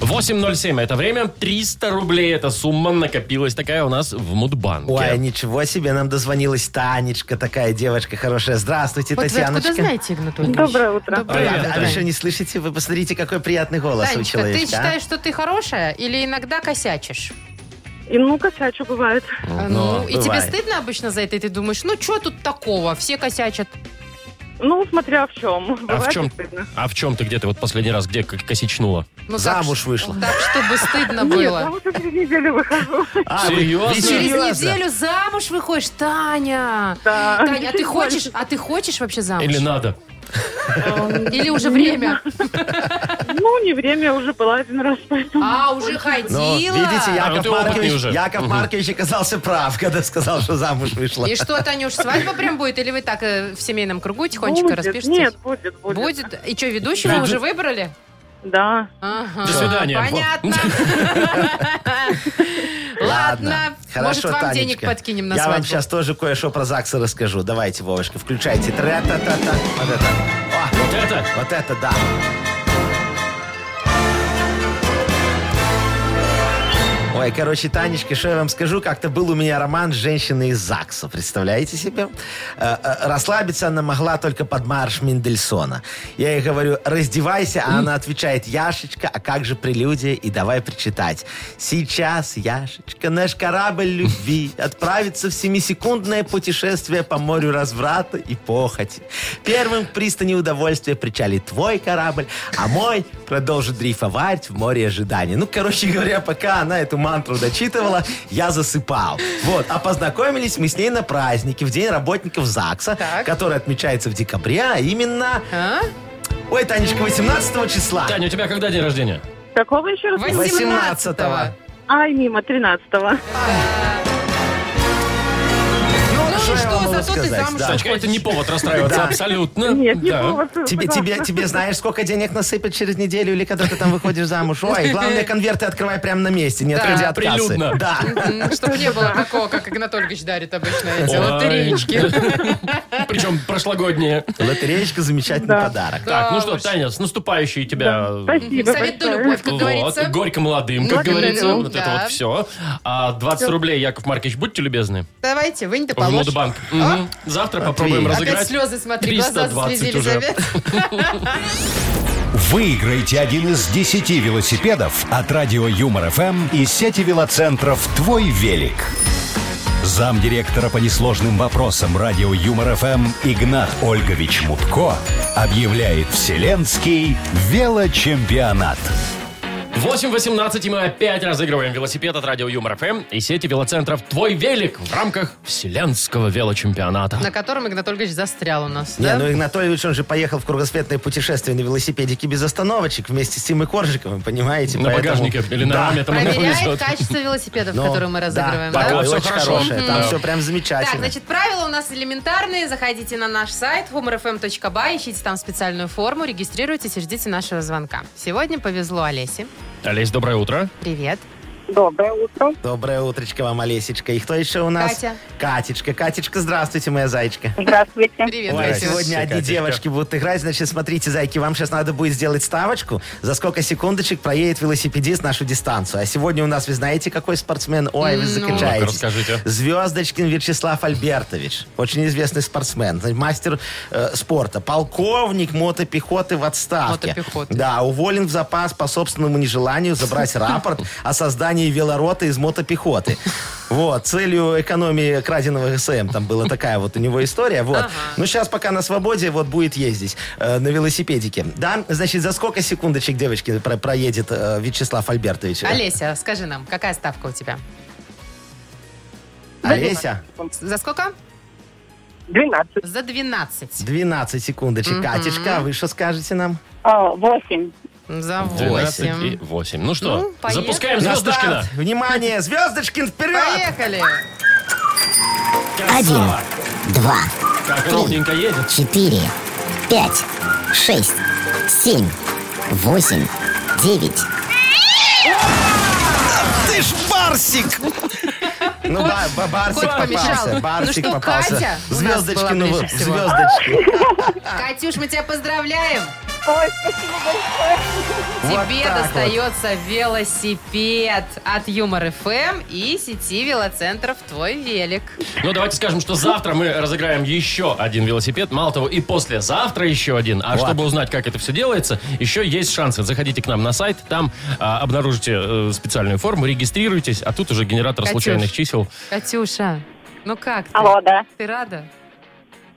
[SPEAKER 2] 8.07 это время, 300 рублей эта сумма накопилась такая у нас в Мудбанке.
[SPEAKER 4] Ой, ничего себе, нам дозвонилась Танечка, такая девочка хорошая. Здравствуйте,
[SPEAKER 3] Вот вы
[SPEAKER 4] Татьяночка.
[SPEAKER 3] откуда знаете, Игнат Ольгович?
[SPEAKER 7] Доброе утро.
[SPEAKER 4] Ой,
[SPEAKER 3] Доброе
[SPEAKER 4] а-
[SPEAKER 2] Привет,
[SPEAKER 4] а вы что, не слышите? Вы посмотрите, какой приятный голос у
[SPEAKER 3] Танечка,
[SPEAKER 4] человека.
[SPEAKER 3] ты
[SPEAKER 4] а?
[SPEAKER 3] считаешь, что ты хорошая или иногда косячишь?
[SPEAKER 7] И ну косячу бывает.
[SPEAKER 3] Ну,
[SPEAKER 4] ну,
[SPEAKER 3] и тебе
[SPEAKER 4] бывает.
[SPEAKER 3] стыдно обычно за это, и ты думаешь, ну что тут такого, все косячат.
[SPEAKER 7] Ну, смотря в чем.
[SPEAKER 2] А в
[SPEAKER 7] Бывает
[SPEAKER 2] чем,
[SPEAKER 7] и стыдно.
[SPEAKER 2] а в чем ты где-то вот последний раз, где к- косячнула?
[SPEAKER 3] Ну,
[SPEAKER 4] Замуж
[SPEAKER 3] так,
[SPEAKER 4] вышла.
[SPEAKER 3] Так, чтобы стыдно
[SPEAKER 7] Нет,
[SPEAKER 3] А было.
[SPEAKER 7] я уже через неделю выхожу.
[SPEAKER 4] А, вы-
[SPEAKER 2] Серьезно?
[SPEAKER 4] вы
[SPEAKER 3] Через
[SPEAKER 4] серьезно?
[SPEAKER 3] неделю замуж выходишь, Таня.
[SPEAKER 7] Да.
[SPEAKER 3] Таня, а ты хочешь, а ты хочешь вообще замуж?
[SPEAKER 2] Или надо?
[SPEAKER 3] Или уже время?
[SPEAKER 7] Эм, Ну, не время, уже была один раз, поэтому...
[SPEAKER 3] А, уже ходила.
[SPEAKER 4] Ну, видите,
[SPEAKER 2] ну
[SPEAKER 4] Яков,
[SPEAKER 2] ты опытный
[SPEAKER 4] Маркович,
[SPEAKER 2] уже.
[SPEAKER 4] Яков
[SPEAKER 2] Мгм.
[SPEAKER 4] Маркович оказался прав, когда сказал, что замуж вышла.
[SPEAKER 3] И что, Танюш, свадьба прям будет? Или вы так э, в семейном кругу тихонечко
[SPEAKER 7] Будет.
[SPEAKER 3] распишетесь?
[SPEAKER 7] Нет, будет, будет.
[SPEAKER 3] Будет? И что, ведущего
[SPEAKER 2] Будет.
[SPEAKER 3] уже выбрали?
[SPEAKER 7] Да.
[SPEAKER 3] Ага,
[SPEAKER 2] До свидания.
[SPEAKER 3] Понятно. Ладно. Может,
[SPEAKER 4] Хорошо,
[SPEAKER 3] вам
[SPEAKER 4] Танечка.
[SPEAKER 3] денег подкинем на
[SPEAKER 4] Я вам
[SPEAKER 3] свадьбу?
[SPEAKER 4] сейчас тоже кое-что про ЗАГСы расскажу. Давайте, Вовочка, включайте. Тра-та-та-та. Вот это. О,
[SPEAKER 2] Вот это?
[SPEAKER 4] вот это да. Ой, короче, Танечка, что я вам скажу, как-то был у меня роман с женщиной из ЗАГСа, представляете себе? Э, э, Расслабиться она могла только под марш Мендельсона. Я ей говорю, раздевайся, а она отвечает, Яшечка, а как же прелюдия? И давай причитать. Сейчас, Яшечка, наш корабль любви отправится в семисекундное путешествие по морю разврата и похоти. Первым к пристани удовольствия причалит твой корабль, а мой продолжит дрейфовать в море ожиданий. Ну, короче говоря, пока она эту мантру дочитывала, я засыпал. Вот. А познакомились мы с ней на празднике в День работников ЗАГСа,
[SPEAKER 3] Так.
[SPEAKER 4] который отмечается в декабре, а именно...
[SPEAKER 3] А?
[SPEAKER 4] Ой, Танечка, 18 числа.
[SPEAKER 2] Таня, у тебя когда день рождения?
[SPEAKER 7] Какого еще раз? А,
[SPEAKER 3] 18-го.
[SPEAKER 7] Ай, мимо, 13-го.
[SPEAKER 4] Ну,
[SPEAKER 3] Ну
[SPEAKER 4] я
[SPEAKER 3] что за
[SPEAKER 4] вам Ну, могу
[SPEAKER 3] Ну зато ты
[SPEAKER 4] сказать,
[SPEAKER 3] замуж
[SPEAKER 4] да.
[SPEAKER 2] Сашка, это не повод расстраиваться
[SPEAKER 4] Да.
[SPEAKER 2] абсолютно.
[SPEAKER 7] Нет, не
[SPEAKER 2] Э, Да.
[SPEAKER 7] повод.
[SPEAKER 4] Тебе, тебе, тебе знаешь, сколько денег насыпят через неделю или когда ты там выходишь замуж? Ой, главное, конверты открывай прямо на месте, не
[SPEAKER 3] Да,
[SPEAKER 4] отходя от кассы.
[SPEAKER 2] прилюдно.
[SPEAKER 4] Да.
[SPEAKER 3] Чтобы не было такого, как Игнатольевич дарит обычно эти
[SPEAKER 2] Ой.
[SPEAKER 3] лотереечки.
[SPEAKER 2] Причем прошлогодние.
[SPEAKER 4] Лотереечка замечательный
[SPEAKER 7] Да.
[SPEAKER 4] подарок.
[SPEAKER 2] Так, ну
[SPEAKER 3] Да
[SPEAKER 2] что,
[SPEAKER 3] уж.
[SPEAKER 2] Таня, с наступающей тебя...
[SPEAKER 7] Спасибо
[SPEAKER 3] Советую
[SPEAKER 7] большое.
[SPEAKER 3] любовь, как
[SPEAKER 2] Вот,
[SPEAKER 3] говорится.
[SPEAKER 2] горько молодым, как
[SPEAKER 3] Горько
[SPEAKER 2] говорится.
[SPEAKER 3] молодым,
[SPEAKER 2] вот это
[SPEAKER 3] да.
[SPEAKER 2] вот все. А 20 рублей, Яков Маркович, будьте любезны.
[SPEAKER 3] Давайте, вынь да
[SPEAKER 2] В
[SPEAKER 3] положь.
[SPEAKER 2] Модбанк.
[SPEAKER 3] А?
[SPEAKER 2] Мгм. Завтра попробуем
[SPEAKER 4] Опять
[SPEAKER 2] разыграть.
[SPEAKER 3] Опять слезы, смотри, глаза
[SPEAKER 2] 320
[SPEAKER 3] заслезили,
[SPEAKER 2] уже.
[SPEAKER 3] Завет.
[SPEAKER 1] Выиграйте один из 10 велосипедов от радио Юмор ФМ и сети велоцентров «Твой велик». Замдиректора по несложным вопросам радио Юмор ФМ Игнат Ольгович Мутко объявляет Вселенский велочемпионат.
[SPEAKER 2] 8.18, и мы опять разыгрываем велосипед от радио Юмор ФМ и сети велоцентров «Твой велик» в рамках Вселенского велочемпионата.
[SPEAKER 3] На котором Игнатольевич застрял у нас.
[SPEAKER 4] Не,
[SPEAKER 3] да?
[SPEAKER 4] ну Игнатольевич, он же поехал в кругосветное путешествие на велосипедике без остановочек вместе с Тимой Коржиковым, понимаете?
[SPEAKER 2] На багажнике или на раме там он
[SPEAKER 3] Проверяет
[SPEAKER 2] везет.
[SPEAKER 3] качество велосипедов,
[SPEAKER 4] Но,
[SPEAKER 3] которые мы разыгрываем.
[SPEAKER 4] Ну, Да,
[SPEAKER 2] Пока
[SPEAKER 4] пока
[SPEAKER 2] всё
[SPEAKER 4] очень
[SPEAKER 2] хорошо.
[SPEAKER 4] хорошее,
[SPEAKER 2] Мгм.
[SPEAKER 4] там все прям
[SPEAKER 3] Так,
[SPEAKER 4] замечательно.
[SPEAKER 3] значит, правила у нас элементарные. Заходите на наш сайт humorfm.by, ищите там специальную форму, регистрируйтесь и ждите нашего звонка. Сегодня повезло Олесе.
[SPEAKER 2] Олесь, доброе утро.
[SPEAKER 3] Привет.
[SPEAKER 7] Доброе утро.
[SPEAKER 4] Доброе утречко вам, Олесечка. И кто еще у нас?
[SPEAKER 3] Катя.
[SPEAKER 4] Катечка. Катечка, здравствуйте, моя зайчка.
[SPEAKER 7] Здравствуйте.
[SPEAKER 3] Привет.
[SPEAKER 4] Ой,
[SPEAKER 3] Олеся.
[SPEAKER 4] сегодня одни
[SPEAKER 2] Катечка.
[SPEAKER 4] девочки будут играть. Значит, смотрите, зайки, вам сейчас надо будет сделать ставочку, за сколько секундочек проедет велосипедист нашу дистанцию. А сегодня у нас, вы знаете, какой спортсмен? Ой,
[SPEAKER 3] Ну,
[SPEAKER 4] вы закачаетесь.
[SPEAKER 2] Ну-ка, расскажите.
[SPEAKER 4] Звездочкин Вячеслав Альбертович. Очень известный спортсмен, мастер э, спорта. Полковник мотопехоты в отставке.
[SPEAKER 3] Мотопехоты.
[SPEAKER 4] Да, уволен в запас по собственному нежеланию забрать рапорт о создании велороты из мотопехоты. Вот, целью экономии краденого СМ там была такая вот у него история. Вот. Ну, сейчас пока на свободе, вот будет ездить э, на велосипедике. Да, значит, за сколько секундочек девочки про- проедет э, Вячеслав Альбертович?
[SPEAKER 3] Олеся, скажи нам, какая ставка у тебя?
[SPEAKER 4] Олеся?
[SPEAKER 3] За сколько?
[SPEAKER 7] 12.
[SPEAKER 3] За 12.
[SPEAKER 4] 12 секундочек. Катечка, а вы что скажете нам?
[SPEAKER 7] А, 8.
[SPEAKER 3] За
[SPEAKER 2] 12 и
[SPEAKER 3] 8.
[SPEAKER 2] 8. Ну что,
[SPEAKER 3] Ну, поехали.
[SPEAKER 2] запускаем
[SPEAKER 4] На
[SPEAKER 2] Звездочкина.
[SPEAKER 4] старт! Внимание! Звездочкин вперед!
[SPEAKER 3] Поехали!
[SPEAKER 8] Один, два,
[SPEAKER 2] Как ровненько едет.
[SPEAKER 8] четыре, пять, шесть, семь, восемь, девять.
[SPEAKER 4] Ты ж Барсик! Ну, ба- ба- Барсик
[SPEAKER 3] Кот помешал.
[SPEAKER 4] попался. Барсик
[SPEAKER 3] Ну что,
[SPEAKER 4] попался.
[SPEAKER 3] Катя у нас была
[SPEAKER 4] Звездочкин,
[SPEAKER 3] ближе
[SPEAKER 4] вот,
[SPEAKER 3] всего.
[SPEAKER 4] звездочки.
[SPEAKER 3] Катюш, мы тебя поздравляем!
[SPEAKER 7] Ой, спасибо большое.
[SPEAKER 4] Вот
[SPEAKER 3] Тебе
[SPEAKER 4] так
[SPEAKER 3] достается велосипед от Юмор ФМ и сети велоцентров «Твой велик».
[SPEAKER 2] Ну, давайте скажем, что завтра мы разыграем еще один велосипед. Мало того, и послезавтра еще один. А чтобы узнать, как это все делается, еще есть шансы. Заходите к нам на сайт, там а, обнаружите э, специальную форму, регистрируйтесь, а тут уже генератор
[SPEAKER 3] Катюш.
[SPEAKER 2] случайных чисел.
[SPEAKER 3] Катюша, ну как ты?
[SPEAKER 7] Алло, да.
[SPEAKER 3] Ты рада?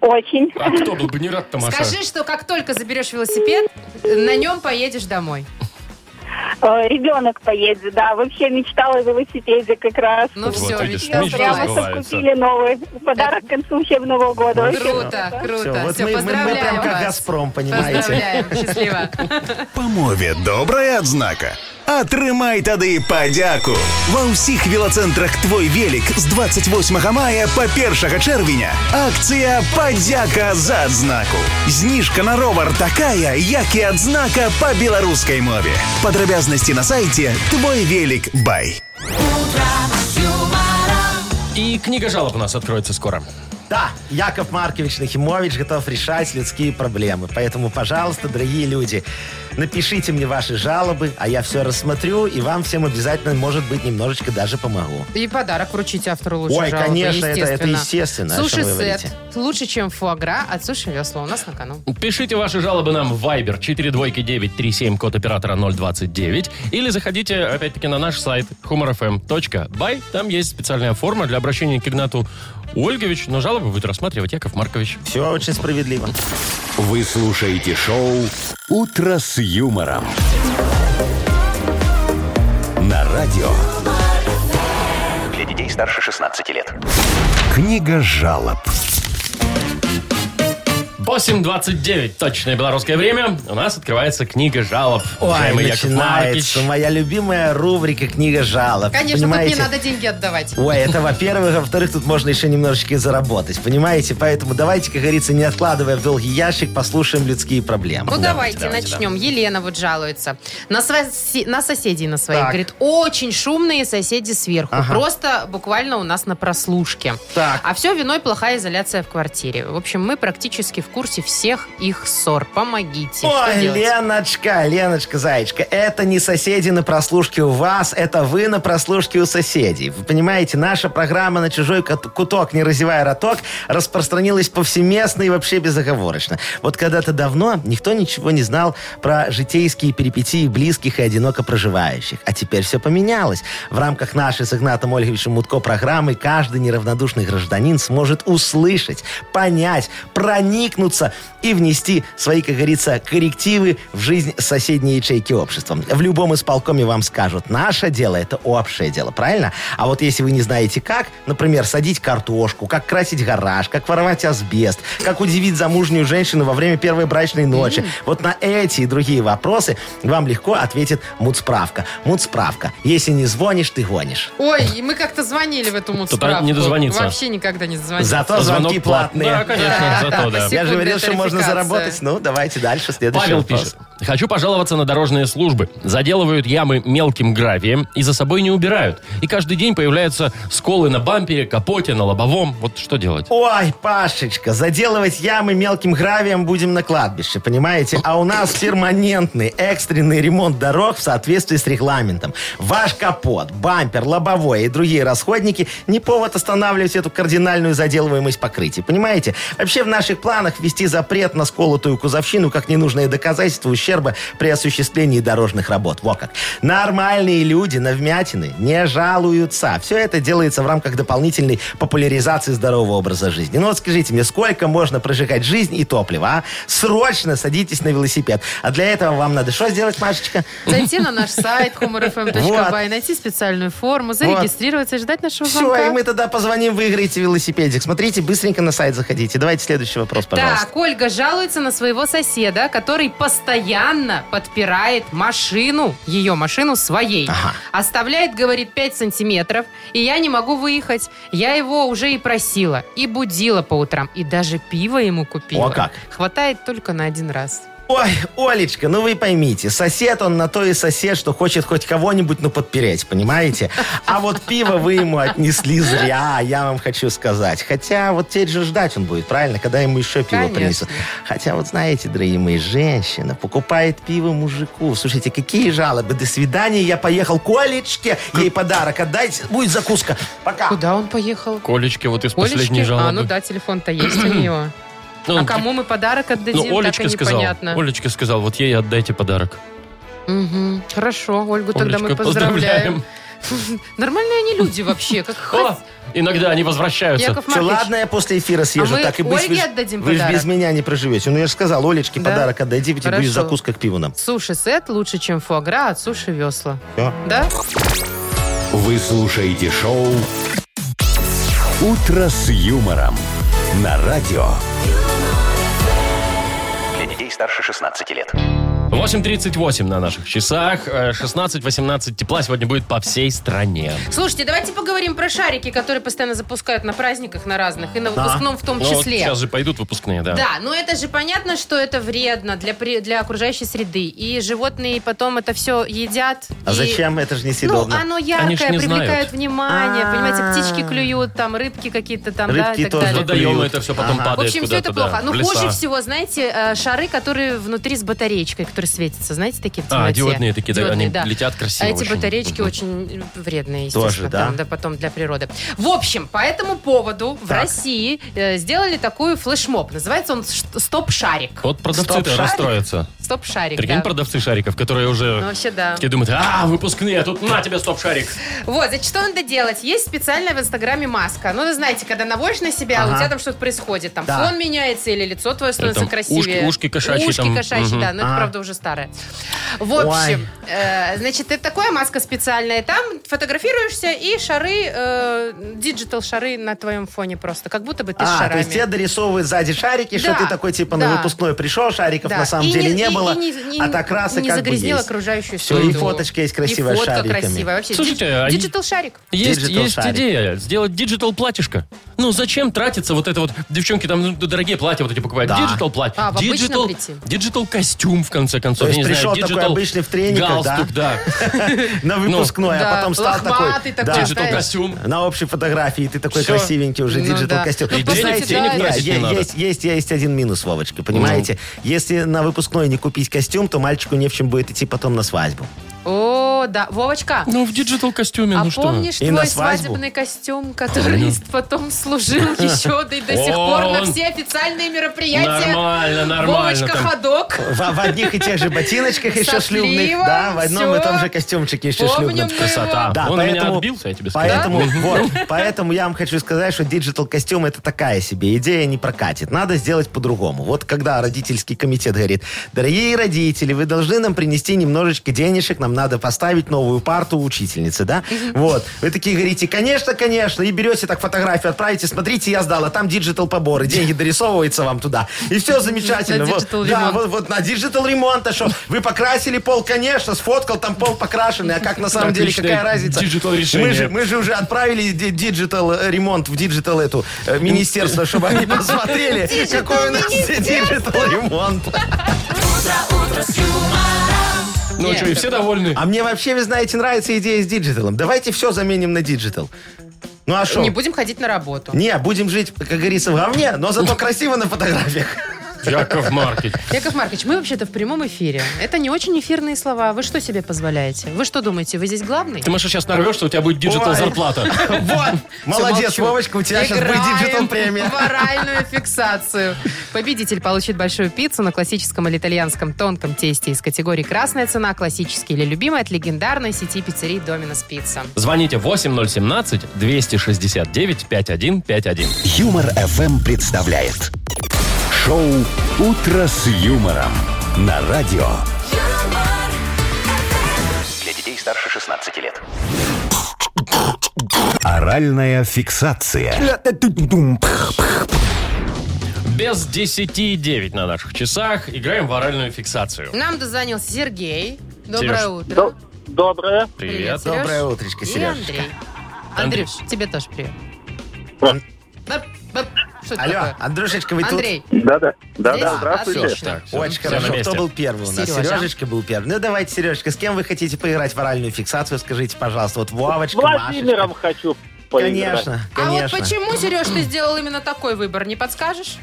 [SPEAKER 7] Очень.
[SPEAKER 2] А кто был бы не рад, Тамаша?
[SPEAKER 3] Скажи, что как только заберешь велосипед, на нем поедешь домой.
[SPEAKER 7] Э, Ребенок поедет, да. Вообще мечтала о велосипеде как раз.
[SPEAKER 3] Ну все,
[SPEAKER 2] видишь,
[SPEAKER 3] мечта
[SPEAKER 2] мечты
[SPEAKER 7] Прямо
[SPEAKER 3] сбылась.
[SPEAKER 2] сбываются.
[SPEAKER 7] купили новый подарок к концу учебного года.
[SPEAKER 5] Ну,
[SPEAKER 7] Вообще
[SPEAKER 3] Круто,
[SPEAKER 4] Всё,
[SPEAKER 3] круто.
[SPEAKER 4] вот
[SPEAKER 3] Все,
[SPEAKER 4] мы, мы- мы прям
[SPEAKER 3] поздравляем
[SPEAKER 4] как
[SPEAKER 3] вас.
[SPEAKER 4] Газпром, понимаете?
[SPEAKER 3] Поздравляем, счастливо.
[SPEAKER 9] Па мове добрая адзнака. Атрымай тады падзяку. Ва ўсіх велацэнтрах твой велік з 28 мая па 1 чэрвеня. Акцыя падзяка за адзнаку. Зніжка на ровар такая, як і адзнака па беларускай мове. Падрабязнасці на сайце твой велік бай.
[SPEAKER 2] И книга жалоб у нас откроется скоро.
[SPEAKER 4] Да, Яков Маркович Нахимович готов решать людские проблемы. Поэтому, пожалуйста, дорогие люди, напишите мне ваши жалобы, а я все рассмотрю, и вам всем обязательно, может быть, немножечко даже помогу.
[SPEAKER 3] И подарок вручите автору лучшей
[SPEAKER 4] Ой,
[SPEAKER 3] жалобы,
[SPEAKER 4] конечно, это- это естественно, о чем вы
[SPEAKER 3] Суши-сет.
[SPEAKER 4] говорите.
[SPEAKER 3] Лучше, чем фуагра от суши весла. У нас на кону.
[SPEAKER 2] Пишите ваши жалобы нам в Viber 42937, код оператора 029. Или заходите, опять-таки, на наш сайт humorfm.by. Там есть специальная форма для обращения к Игнату Ольговичу. Но жалобы будет рассматривать Яков Маркович.
[SPEAKER 4] Все очень справедливо.
[SPEAKER 1] Вы слушаете шоу «Утро с юмором». На радио.
[SPEAKER 10] Для детей старше 16 лет.
[SPEAKER 1] Книга жалоб.
[SPEAKER 2] 8.29, точное белорусское время. У нас открывается книга жалоб.
[SPEAKER 4] Ой,
[SPEAKER 2] Уважаемый Яков
[SPEAKER 4] начинается
[SPEAKER 2] Маркович.
[SPEAKER 4] моя любимая рубрика «Книга жалоб».
[SPEAKER 3] Конечно,
[SPEAKER 4] понимаете?
[SPEAKER 3] тут не надо деньги отдавать.
[SPEAKER 4] Ой, это во-первых. А Во-вторых, тут можно еще немножечко и заработать, понимаете? Поэтому давайте, как говорится, не откладывая в долгий ящик, послушаем людские проблемы.
[SPEAKER 3] Ну давайте, начнем. Елена вот жалуется. На, сва- на соседей на своих.
[SPEAKER 4] Так.
[SPEAKER 3] Говорит, очень шумные соседи сверху.
[SPEAKER 4] Ага.
[SPEAKER 3] Просто буквально у нас на прослушке.
[SPEAKER 4] Так.
[SPEAKER 3] А все виной плохая изоляция в квартире. В общем, мы практически в курсе всех их ссор. Помогите. Что
[SPEAKER 4] Ой,
[SPEAKER 3] делать?
[SPEAKER 4] Леночка, Леночка, зайчка, это не соседи на прослушке у вас, это вы на прослушке у соседей. Вы понимаете, наша программа «На чужой кот- куток, не разевая роток» распространилась повсеместно и вообще безоговорочно. Вот когда-то давно никто ничего не знал про житейские перипетии близких и одиноко проживающих. А теперь все поменялось. В рамках нашей с Игнатом Ольговичем Мутко программы каждый неравнодушный гражданин сможет услышать, понять, проникнуться и внести свои, как говорится, коррективы в жизнь соседней ячейки общества. В любом исполкоме вам скажут, наше дело – это общее дело, правильно? А вот если вы не знаете как, например, садить картошку, как красить гараж, как воровать асбест, как удивить замужнюю женщину во время первой брачной ночи, вот на эти и другие вопросы вам легко ответит мудсправка. Мудсправка. Если не звонишь, ты гонишь.
[SPEAKER 3] Ой, и мы как-то звонили в эту мудсправку.
[SPEAKER 2] не дозвониться.
[SPEAKER 3] Вообще никогда не дозвониться.
[SPEAKER 4] Зато
[SPEAKER 2] Звонок
[SPEAKER 4] звонки
[SPEAKER 2] плат-
[SPEAKER 4] платные.
[SPEAKER 2] Да, конечно,
[SPEAKER 3] Да,
[SPEAKER 2] зато, да.
[SPEAKER 3] спасибо.
[SPEAKER 4] Я же говорил, что можно
[SPEAKER 3] Секундная
[SPEAKER 4] заработать.
[SPEAKER 3] тарификация.
[SPEAKER 4] Ну, давайте дальше, следующий
[SPEAKER 2] Павел
[SPEAKER 4] вопрос.
[SPEAKER 2] пишет. Хочу пожаловаться на дорожные службы. Заделывают ямы мелким гравием и за собой не убирают. И каждый день появляются сколы на бампере, капоте, на лобовом. Вот что делать?
[SPEAKER 4] Ой, Пашечка, заделывать ямы мелким гравием будем на кладбище, понимаете? А у нас перманентный экстренный ремонт дорог в соответствии с регламентом. Ваш капот, бампер, лобовой и другие расходники не повод останавливать эту кардинальную заделываемость покрытий, понимаете? Вообще в наших планах ввести запрет на сколотую кузовщину как ненужное доказательство ущерба при осуществлении дорожных работ. Во как. Нормальные люди на вмятины не жалуются. Все это делается в рамках дополнительной популяризации здорового образа жизни. Ну вот скажите мне, сколько можно прожигать жизнь и топливо, а? Срочно садитесь на велосипед. А для этого вам надо что сделать, Машечка?
[SPEAKER 3] Зайти на наш сайт humorfm.by,
[SPEAKER 4] Вот.
[SPEAKER 3] найти специальную форму, зарегистрироваться и ждать нашего звонка.
[SPEAKER 4] Все, и мы тогда позвоним, выиграете велосипедик. Смотрите, быстренько на сайт заходите. Давайте следующий вопрос, пожалуйста.
[SPEAKER 3] Так, Ольга жалуется на своего соседа, который постоянно подпирает машину, ее машину своей.
[SPEAKER 4] Ага.
[SPEAKER 3] Оставляет, говорит, 5 сантиметров, и я не могу выехать. Я его уже и просила, и будила по утрам, и даже пиво ему купила.
[SPEAKER 4] О, как.
[SPEAKER 3] Хватает только на один раз.
[SPEAKER 4] Ой, Олечка, ну вы поймите, сосед он на то и сосед, что хочет хоть кого-нибудь, ну, подпереть, понимаете? А вот пиво вы ему отнесли зря, я вам хочу сказать. Хотя вот теперь же ждать он будет, правильно, когда ему еще пиво
[SPEAKER 3] Конечно.
[SPEAKER 4] принесут. Хотя вот знаете, дорогие мои, женщина покупает пиво мужику. Слушайте, какие жалобы, до свидания, я поехал к Олечке, ей подарок отдайте, будет закуска. Пока.
[SPEAKER 3] Куда он поехал?
[SPEAKER 2] Колечки вот из
[SPEAKER 3] Олечке?
[SPEAKER 2] последней жалобы.
[SPEAKER 3] А, ну да, телефон-то есть у нее.
[SPEAKER 2] Ну,
[SPEAKER 3] А
[SPEAKER 2] он-
[SPEAKER 3] кому мы подарок
[SPEAKER 2] ну,
[SPEAKER 3] отдадим,
[SPEAKER 2] Олечка
[SPEAKER 3] так и
[SPEAKER 2] сказал.
[SPEAKER 3] непонятно.
[SPEAKER 2] Олечка сказал, вот ей отдайте подарок.
[SPEAKER 3] Мгм. Хорошо, Ольгу Ну, тогда мы
[SPEAKER 2] Олечка,
[SPEAKER 3] поздравляем. Нормальные они люди вообще, как
[SPEAKER 2] О,
[SPEAKER 3] хас-
[SPEAKER 2] иногда они возвращаются.
[SPEAKER 3] Яков
[SPEAKER 4] Все,
[SPEAKER 3] Маркович.
[SPEAKER 4] ладно, я после эфира съезжу.
[SPEAKER 3] А мы
[SPEAKER 4] так и быть,
[SPEAKER 3] Ольге
[SPEAKER 4] вы, ж-
[SPEAKER 3] отдадим
[SPEAKER 4] вы ж
[SPEAKER 3] подарок?
[SPEAKER 4] без меня не проживете. Ну, я же сказал, Олечке
[SPEAKER 3] Да?
[SPEAKER 4] подарок отдайте, ведь
[SPEAKER 3] Хорошо.
[SPEAKER 4] будет закуска к пиву нам.
[SPEAKER 3] Суши-сет лучше, чем фуагра а от суши-весла.
[SPEAKER 4] Всё.
[SPEAKER 3] Да?
[SPEAKER 1] Вы слушаете шоу «Утро с юмором» на радио.
[SPEAKER 10] Для детей старше 16 лет.
[SPEAKER 2] 8.38 на наших часах. Э, 16-18 тепла сегодня будет по всей стране.
[SPEAKER 3] Слушайте, давайте поговорим про шарики, которые постоянно запускают на праздниках, на разных, и на выпускном в том
[SPEAKER 2] Ну, вот
[SPEAKER 3] числе.
[SPEAKER 2] сейчас же пойдут выпускные, да.
[SPEAKER 3] Да, но это же понятно, что это вредно для, при- для окружающей среды. И животные потом это все едят.
[SPEAKER 4] А
[SPEAKER 3] и-
[SPEAKER 4] зачем? Это же
[SPEAKER 3] Ну,
[SPEAKER 4] несъедобно.
[SPEAKER 3] оно
[SPEAKER 2] Они ж
[SPEAKER 3] яркое,
[SPEAKER 2] не
[SPEAKER 3] привлекает
[SPEAKER 2] знают.
[SPEAKER 3] внимание.
[SPEAKER 4] А.
[SPEAKER 3] Понимаете, птички клюют, там рыбки какие-то там, да, и
[SPEAKER 4] Рыбки
[SPEAKER 3] так
[SPEAKER 4] тоже
[SPEAKER 3] далее.
[SPEAKER 4] клюют.
[SPEAKER 2] Водоемы это все потом
[SPEAKER 4] Ага.
[SPEAKER 2] падает
[SPEAKER 3] В общем, все это
[SPEAKER 2] куда-то, да,
[SPEAKER 3] плохо. Но
[SPEAKER 2] в леса.
[SPEAKER 3] хуже всего, знаете, э, шары, которые внутри с батареечкой, которые светятся, знаете, такие в темноте.
[SPEAKER 2] А, диодные такие, да,
[SPEAKER 3] Диодные,
[SPEAKER 2] они летят красиво
[SPEAKER 3] А эти
[SPEAKER 2] очень.
[SPEAKER 3] батареечки
[SPEAKER 2] Мгм.
[SPEAKER 3] очень э, вредные, естественно,
[SPEAKER 4] Тоже, да?
[SPEAKER 3] там, потом для природы. В общем, по этому поводу в
[SPEAKER 4] Так.
[SPEAKER 3] России э, сделали такой флешмоб. Называется он ш- «Стоп-шарик».
[SPEAKER 2] Вот продавцы-то
[SPEAKER 4] Стоп-шарик?
[SPEAKER 2] расстроятся.
[SPEAKER 3] «Стоп-шарик»,
[SPEAKER 2] Прикинь,
[SPEAKER 3] да.
[SPEAKER 2] продавцы шариков, которые уже
[SPEAKER 3] Ну, вообще, да.
[SPEAKER 2] такие думают, а, выпускные, а тут на тебе стоп-шарик.
[SPEAKER 3] Вот, значит, что надо делать? Есть специальная в Инстаграме маска. Ну, вы знаете, когда наводишь на себя, а
[SPEAKER 4] Ага.
[SPEAKER 3] у тебя там что-то происходит. Там
[SPEAKER 4] Да.
[SPEAKER 3] фон меняется или лицо твое становится
[SPEAKER 2] там
[SPEAKER 3] красивее.
[SPEAKER 2] ушки- ушки кошачьи
[SPEAKER 3] Ушки
[SPEAKER 2] там.
[SPEAKER 3] кошачьи,
[SPEAKER 2] Мгм.
[SPEAKER 3] да. Но это,
[SPEAKER 4] А.
[SPEAKER 3] правда, уже старое. В общем, э, значит, это такая маска специальная. Там фотографируешься, и шары, диджитал-шары на твоем фоне просто. Как будто бы ты с
[SPEAKER 4] А,
[SPEAKER 3] шарами.
[SPEAKER 4] то есть тебе дорисовывают сзади шарики, что
[SPEAKER 3] Да,
[SPEAKER 4] ты такой, типа,
[SPEAKER 3] да.
[SPEAKER 4] на выпускной пришел, шариков
[SPEAKER 3] Да.
[SPEAKER 4] на самом
[SPEAKER 3] И
[SPEAKER 4] деле
[SPEAKER 3] не-
[SPEAKER 4] не
[SPEAKER 3] и-
[SPEAKER 4] было,
[SPEAKER 3] и не-
[SPEAKER 4] а так раз и,
[SPEAKER 3] не
[SPEAKER 4] как бы
[SPEAKER 3] загрязнил
[SPEAKER 4] есть.
[SPEAKER 3] окружающую
[SPEAKER 4] Все, и
[SPEAKER 3] среду.
[SPEAKER 4] фоточка есть красивая
[SPEAKER 3] И
[SPEAKER 4] с
[SPEAKER 3] фотка
[SPEAKER 4] шариками.
[SPEAKER 3] красивая. Вообще,
[SPEAKER 2] Слушайте,
[SPEAKER 3] дид-
[SPEAKER 2] а
[SPEAKER 3] диджитал шарик.
[SPEAKER 2] Есть,
[SPEAKER 4] Digital
[SPEAKER 2] есть
[SPEAKER 4] шарик.
[SPEAKER 2] идея сделать диджитал платьишко. Ну зачем тратиться вот это вот, девчонки там ну, дорогие платья вот эти покупают,
[SPEAKER 4] Да.
[SPEAKER 2] диджитал платье,
[SPEAKER 3] А, в обычном
[SPEAKER 2] диджитал,
[SPEAKER 3] прийти?
[SPEAKER 2] диджитал костюм в конце концов,
[SPEAKER 4] То есть
[SPEAKER 2] я не
[SPEAKER 4] пришел
[SPEAKER 2] знаю,
[SPEAKER 4] такой
[SPEAKER 2] диджитал
[SPEAKER 4] обычный в трениках, да?
[SPEAKER 2] галстук, да,
[SPEAKER 4] На выпускной,
[SPEAKER 3] Ну, Да,
[SPEAKER 4] а потом стал такой.
[SPEAKER 3] лохматый такой,
[SPEAKER 4] да,
[SPEAKER 2] диджитал
[SPEAKER 3] знаешь.
[SPEAKER 2] костюм.
[SPEAKER 4] На общей фотографии и ты такой
[SPEAKER 2] Всё.
[SPEAKER 4] красивенький уже
[SPEAKER 3] Ну
[SPEAKER 4] диджитал
[SPEAKER 3] да.
[SPEAKER 4] костюм.
[SPEAKER 3] Ну,
[SPEAKER 4] Вы
[SPEAKER 3] просто
[SPEAKER 4] знаете,
[SPEAKER 3] денег
[SPEAKER 4] нет,
[SPEAKER 2] тратить не
[SPEAKER 4] е-
[SPEAKER 2] надо. Ну.
[SPEAKER 4] есть, есть, есть один минус, Вовочка, понимаете? Если на выпускной не купить костюм, то мальчику не в чем будет идти потом на свадьбу.
[SPEAKER 3] О, да. Вовочка,
[SPEAKER 2] ну в диджитал костюме,
[SPEAKER 3] а
[SPEAKER 2] ну что?
[SPEAKER 3] помнишь
[SPEAKER 4] И на
[SPEAKER 3] твой
[SPEAKER 4] свадьбу?
[SPEAKER 3] свадебный костюм, который потом служил еще да и до сих пор на
[SPEAKER 2] Он-
[SPEAKER 3] все официальные мероприятия?
[SPEAKER 2] Нормально, нормально.
[SPEAKER 3] Вовочка
[SPEAKER 2] там.
[SPEAKER 3] Ходок.
[SPEAKER 4] В, в одних и тех же ботиночках еще
[SPEAKER 3] Со
[SPEAKER 4] шлюбных,
[SPEAKER 3] сливом,
[SPEAKER 4] да, в одном и
[SPEAKER 3] всё.
[SPEAKER 4] том же костюмчике еще
[SPEAKER 3] Помним
[SPEAKER 4] шлюбном.
[SPEAKER 3] мы его.
[SPEAKER 2] Красота.
[SPEAKER 4] Да,
[SPEAKER 2] Он у меня
[SPEAKER 4] поэтому-
[SPEAKER 2] отбился, я тебе скажу.
[SPEAKER 4] Поэтому, вот, поэтому я вам хочу сказать, что диджитал костюм это такая себе идея не прокатит. Надо сделать по-другому. Вот когда родительский комитет говорит, дорогие родители, вы должны нам принести немножечко денежек, нам надо поставить новую парту учительницы, да? Вот. Вы такие говорите, конечно, конечно, и берете так фотографию, отправите, смотрите, я сдала, там диджитал поборы, деньги дорисовываются вам туда. И все замечательно.
[SPEAKER 3] На
[SPEAKER 4] Вот,
[SPEAKER 3] digital
[SPEAKER 4] да,
[SPEAKER 3] ремонт.
[SPEAKER 4] вот, вот на диджитал ремонт, а что? Вы покрасили пол, конечно, сфоткал, там пол покрашенный, а как на самом деле,
[SPEAKER 2] Отличное
[SPEAKER 4] какая разница?
[SPEAKER 2] digital решение.
[SPEAKER 4] Мы же, мы же уже отправили ди- диджитал э, ремонт в диджитал эту
[SPEAKER 2] Ну,
[SPEAKER 4] э, министерство, чтобы они посмотрели, какой у нас диджитал ремонт.
[SPEAKER 2] Ну что, и все довольны?
[SPEAKER 4] А мне вообще, вы знаете, нравится идея с диджиталом. Давайте все заменим на диджитал. Ну а что?
[SPEAKER 3] Не будем ходить на работу.
[SPEAKER 4] Не, будем жить, как говорится, в говне, но зато красиво на фотографиях.
[SPEAKER 2] Яков Маркет.
[SPEAKER 3] Яков Маркович, мы вообще-то в прямом эфире. Это не очень эфирные слова. Вы что себе позволяете? Вы что думаете, вы здесь главный?
[SPEAKER 2] Ты, Маша, сейчас нарвешься, у тебя будет диджитал
[SPEAKER 4] Ой.
[SPEAKER 2] зарплата.
[SPEAKER 4] Вот, молодец,
[SPEAKER 3] Замолчу.
[SPEAKER 4] Вовочка, у тебя сейчас будет
[SPEAKER 3] Играем
[SPEAKER 4] диджитал премия.
[SPEAKER 3] в оральную фиксацию. Победитель получит большую пиццу на классическом или итальянском тонком тесте из категории «Красная цена», «Классический» или «Любимый» от легендарной сети пиццерий «Доминос Пицца».
[SPEAKER 2] Звоните 8017-269-5151.
[SPEAKER 1] Юмор FM представляет шоу Утро с юмором на радио.
[SPEAKER 10] Для детей старше 16 лет.
[SPEAKER 1] Оральная фиксация.
[SPEAKER 2] Без 10-9 на наших часах. Играем в оральную фиксацию.
[SPEAKER 3] Нам дозвонился Сергей. Доброе
[SPEAKER 2] Сереж.
[SPEAKER 3] утро.
[SPEAKER 5] До- Доброе.
[SPEAKER 2] Привет.
[SPEAKER 3] Сереж.
[SPEAKER 4] Доброе утречко,
[SPEAKER 3] И
[SPEAKER 4] Сереж.
[SPEAKER 3] Андрей.
[SPEAKER 2] Андрюш.
[SPEAKER 3] Андрюш, тебе тоже привет.
[SPEAKER 5] Здравствуйте.
[SPEAKER 3] Бап, бап. Что это
[SPEAKER 4] Алло,
[SPEAKER 3] такое?
[SPEAKER 4] Андрюшечка, вы тут?
[SPEAKER 3] Андрей,
[SPEAKER 5] Да-да. Да-да,
[SPEAKER 3] Здесь?
[SPEAKER 5] здравствуйте.
[SPEAKER 3] Отлично.
[SPEAKER 2] Так, всё,
[SPEAKER 4] Очень
[SPEAKER 2] всё на
[SPEAKER 4] хорошо.
[SPEAKER 2] месте.
[SPEAKER 4] Кто был первый у нас?
[SPEAKER 3] Сережа.
[SPEAKER 4] Сережечка был первый. Ну, давайте, Сережечка, с кем вы хотите поиграть в оральную фиксацию? Скажите, пожалуйста. Вот
[SPEAKER 5] С
[SPEAKER 4] Вовочка,
[SPEAKER 5] Владимиром
[SPEAKER 4] Машечка.
[SPEAKER 5] хочу поиграть.
[SPEAKER 4] Конечно,
[SPEAKER 3] а вот
[SPEAKER 4] конечно.
[SPEAKER 3] почему, Сереж, ты сделал именно такой выбор, не подскажешь?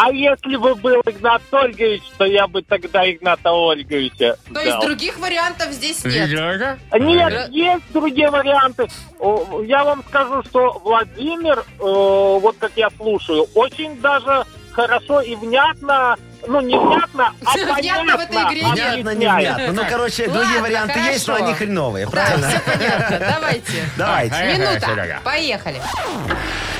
[SPEAKER 5] А если бы был Игнат Ольгович, то я бы тогда Игната Ольговича
[SPEAKER 3] То есть
[SPEAKER 5] взял.
[SPEAKER 3] других вариантов здесь нет.
[SPEAKER 2] Серега?
[SPEAKER 5] Нет, есть другие варианты. О, Я вам скажу, что Владимир, э, вот как я слушаю, очень даже хорошо и внятно, ну не внятно, а
[SPEAKER 3] Внятно в
[SPEAKER 5] понятно
[SPEAKER 3] этой игре нет.
[SPEAKER 4] Понятно,
[SPEAKER 5] объясняет.
[SPEAKER 4] невнятно. Ну, короче,
[SPEAKER 3] Ладно,
[SPEAKER 4] другие варианты есть, но
[SPEAKER 3] хорошо.
[SPEAKER 4] они хреновые,
[SPEAKER 3] Да,
[SPEAKER 4] правильно?
[SPEAKER 3] все понятно. Давайте.
[SPEAKER 4] Давайте.
[SPEAKER 3] Минута. Поехали.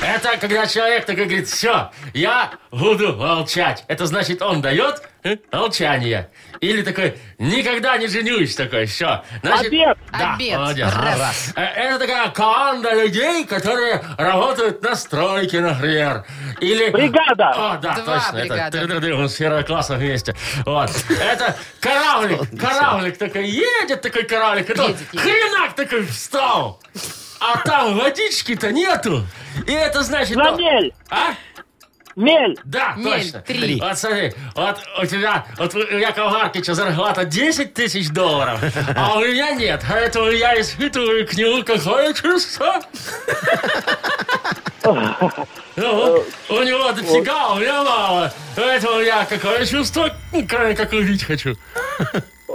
[SPEAKER 2] Это когда человек такой говорит, все, я буду молчать. Это значит, он дает э, молчание. Или такой, никогда не женюсь, такой, все.
[SPEAKER 5] Обед.
[SPEAKER 2] Да,
[SPEAKER 3] Обед.
[SPEAKER 2] молодец.
[SPEAKER 3] Раз.
[SPEAKER 2] Э, Это такая команда людей, которые работают на стройке, например. Или...
[SPEAKER 5] Бригада.
[SPEAKER 2] О, да,
[SPEAKER 3] Два
[SPEAKER 2] точно. Это
[SPEAKER 3] бригады.
[SPEAKER 2] тры-тры-тры, он с Хероклассом вместе. Вот. Это кораблик. Кораблик такой едет, такой кораблик. Это
[SPEAKER 3] Едет, едет.
[SPEAKER 2] хренак такой встал. А там водички-то нету. И это значит...
[SPEAKER 5] На
[SPEAKER 2] ну,
[SPEAKER 5] мель,
[SPEAKER 2] А?
[SPEAKER 5] мель.
[SPEAKER 2] Да,
[SPEAKER 3] Мель,
[SPEAKER 2] точно.
[SPEAKER 3] три.
[SPEAKER 4] Три.
[SPEAKER 2] Вот смотри, вот у тебя, вот у Якова Маркича зарплата 10 тысяч долларов, а у меня нет, поэтому я испытываю к нему какое чувство? Ну, у него дофига, а у меня мало. Поэтому я какое чувство, ну, кроме как убить хочу.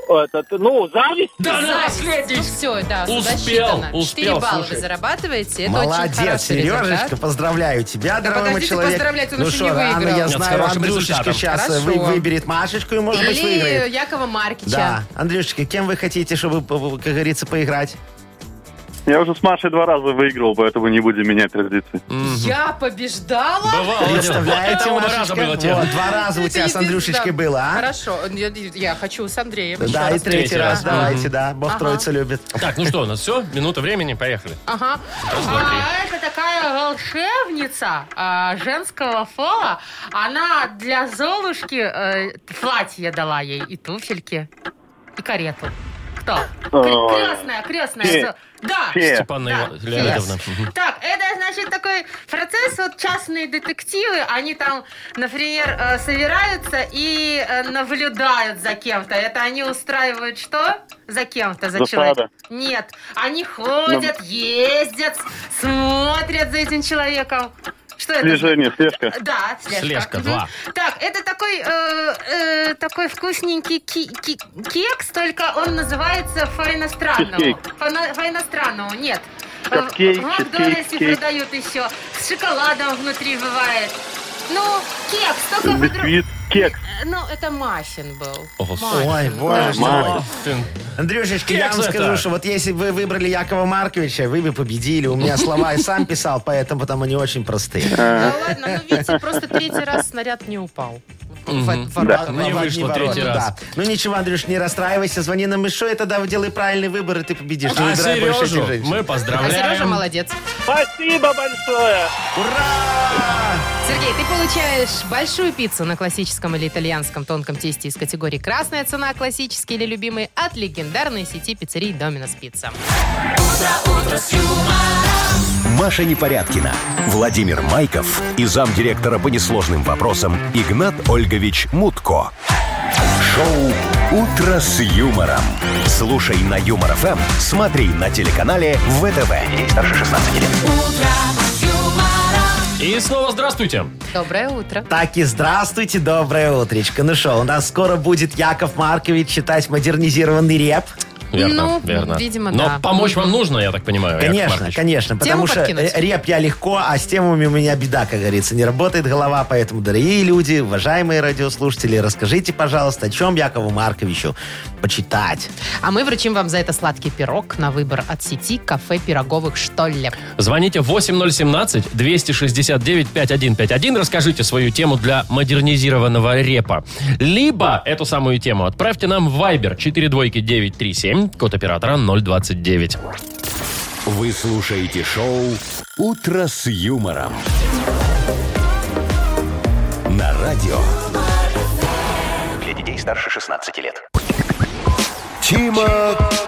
[SPEAKER 5] Этот, ну, зависть.
[SPEAKER 2] Да, да,
[SPEAKER 3] Ну
[SPEAKER 2] наследник.
[SPEAKER 3] все, да,
[SPEAKER 2] Успел,
[SPEAKER 3] засчитано.
[SPEAKER 2] успел,
[SPEAKER 3] 4 балла
[SPEAKER 2] слушай.
[SPEAKER 3] вы зарабатываете. Это очень
[SPEAKER 4] Молодец,
[SPEAKER 3] хороший
[SPEAKER 4] Сережечка,
[SPEAKER 3] результат.
[SPEAKER 4] поздравляю тебя, дорогой мой
[SPEAKER 3] подожди ты
[SPEAKER 4] человек.
[SPEAKER 3] поздравлять, он
[SPEAKER 4] ну
[SPEAKER 3] еще
[SPEAKER 4] что,
[SPEAKER 3] не
[SPEAKER 4] рано,
[SPEAKER 3] выиграл.
[SPEAKER 4] я
[SPEAKER 3] Нет,
[SPEAKER 2] с
[SPEAKER 4] знаю,
[SPEAKER 2] хорошим
[SPEAKER 4] Андрюшечка
[SPEAKER 2] результатом.
[SPEAKER 4] сейчас э, вы-
[SPEAKER 3] Хорошо.
[SPEAKER 4] выберет Машечку и, может быть,
[SPEAKER 3] Или
[SPEAKER 4] выиграет.
[SPEAKER 3] Якова Маркича.
[SPEAKER 4] Да, Андрюшечка, кем вы хотите, чтобы, э, как говорится, поиграть?
[SPEAKER 11] Я уже с Машей два раза выиграл, поэтому не будем менять традиции.
[SPEAKER 3] Я побеждала?
[SPEAKER 2] Бывало,
[SPEAKER 4] Представляете, Машечка? Вот, два
[SPEAKER 3] Ну, Это
[SPEAKER 4] раза у тебя с
[SPEAKER 3] единственное.
[SPEAKER 4] Андрюшечкой было, а?
[SPEAKER 3] Хорошо, я, я хочу с Андреем. еще
[SPEAKER 4] Да, и
[SPEAKER 3] раз.
[SPEAKER 4] третий раз,
[SPEAKER 3] Да.
[SPEAKER 4] давайте, да. Бог
[SPEAKER 3] Ага.
[SPEAKER 4] троица любит.
[SPEAKER 2] Так, ну что, у нас все? Минута времени, поехали.
[SPEAKER 3] Ага. А это такая волшебница а, женского фола. Она для Золушки э, платье дала ей и туфельки, и карету. Кто? Кре-
[SPEAKER 2] Ой.
[SPEAKER 3] Крестная, крестная.
[SPEAKER 2] Фе.
[SPEAKER 3] Зо- Да.
[SPEAKER 2] Фе. Степанна Ива-
[SPEAKER 3] Фе.
[SPEAKER 2] Леонидовна. Мгм.
[SPEAKER 3] Так, это, значит, такой процесс, вот частные детективы, они там, например, э, собираются и э, наблюдают за кем-то. Это они устраивают что? За кем-то, за
[SPEAKER 11] Засада.
[SPEAKER 3] человеком. Нет, они ходят, ездят, смотрят за этим человеком. Что это?
[SPEAKER 11] Слежение, слежка.
[SPEAKER 3] Да, слежка.
[SPEAKER 11] Слежка,
[SPEAKER 3] Мгм.
[SPEAKER 11] два.
[SPEAKER 3] Так, это такой, э, э, такой вкусненький ки- ки- кекс, только он называется по-иностранному.
[SPEAKER 11] Чизкейк.
[SPEAKER 3] По- По-иностранному, нет. Э,
[SPEAKER 11] Капкейк,
[SPEAKER 3] В Макдональдсе
[SPEAKER 11] чизкейк, кейк.
[SPEAKER 3] продают еще. С шоколадом внутри бывает. Ну, кекс, только в друг-
[SPEAKER 11] Бисквит, кекс.
[SPEAKER 3] Э, Ну, это маффин был.
[SPEAKER 4] Ой, боже мой. Андрюшечка, я
[SPEAKER 2] Кекс
[SPEAKER 4] вам
[SPEAKER 2] это.
[SPEAKER 4] скажу, что вот если бы вы выбрали Якова Марковича, вы бы победили. У меня слова и сам писал, поэтому потом они очень простые.
[SPEAKER 3] Да ладно, ну видите, просто третий раз снаряд не упал.
[SPEAKER 4] Мгм.
[SPEAKER 3] В- в-
[SPEAKER 4] Да. ну
[SPEAKER 3] в-
[SPEAKER 4] Не
[SPEAKER 3] в- в-
[SPEAKER 4] вышло
[SPEAKER 3] в-
[SPEAKER 4] третий
[SPEAKER 3] в-
[SPEAKER 4] раз.
[SPEAKER 3] да.
[SPEAKER 4] Ну ничего, Андрюш, не расстраивайся, звони нам еще, и тогда делай правильный выбор, и ты победишь. Не
[SPEAKER 2] А
[SPEAKER 4] выбирай больше этих
[SPEAKER 2] Сережу
[SPEAKER 4] женщин.
[SPEAKER 2] мы поздравляем.
[SPEAKER 3] А Сережа молодец.
[SPEAKER 5] Спасибо большое.
[SPEAKER 3] Сергей, ты получаешь большую пиццу на классическом или итальянском тонком тесте из категории «Красная цена», «Классический» или «Любимый» от легендарной сети пиццерий «Доминос Пицца».
[SPEAKER 1] Маша Непорядкина, Владимир Майков и замдиректора по несложным вопросам Игнат Ольгович Мутко. Шоу «Утро с юмором». Слушай на Юмор ФМ, смотри на телеканале ВТВ. Ей старше 16 лет.
[SPEAKER 2] И снова здравствуйте.
[SPEAKER 3] Доброе утро.
[SPEAKER 4] Так и здравствуйте, доброе утречко. Ну что, у нас скоро будет Яков Маркович читать модернизированный реп.
[SPEAKER 2] Верно,
[SPEAKER 3] Ну,
[SPEAKER 2] верно.
[SPEAKER 3] видимо,
[SPEAKER 2] Но
[SPEAKER 3] да.
[SPEAKER 2] помочь вам нужно, я так понимаю, Яков
[SPEAKER 4] Конечно,
[SPEAKER 2] Маркович.
[SPEAKER 4] конечно,
[SPEAKER 3] Тему
[SPEAKER 4] потому что
[SPEAKER 3] подкинуть?
[SPEAKER 4] э, реп я легко, а с темами у меня беда, как говорится, не работает голова, поэтому, дорогие люди, уважаемые радиослушатели, расскажите, пожалуйста, о чем Якову Марковичу почитать.
[SPEAKER 3] А мы вручим вам за это сладкий пирог на выбор от сети кафе пироговых «Штолле».
[SPEAKER 2] Звоните 8017-269-5151, расскажите свою тему для модернизированного репа. Либо эту самую тему отправьте нам в Viber 42937, код оператора 029.
[SPEAKER 1] Вы слушаете шоу «Утро с юмором». На радио
[SPEAKER 10] Для детей старше 16 лет.
[SPEAKER 1] Тима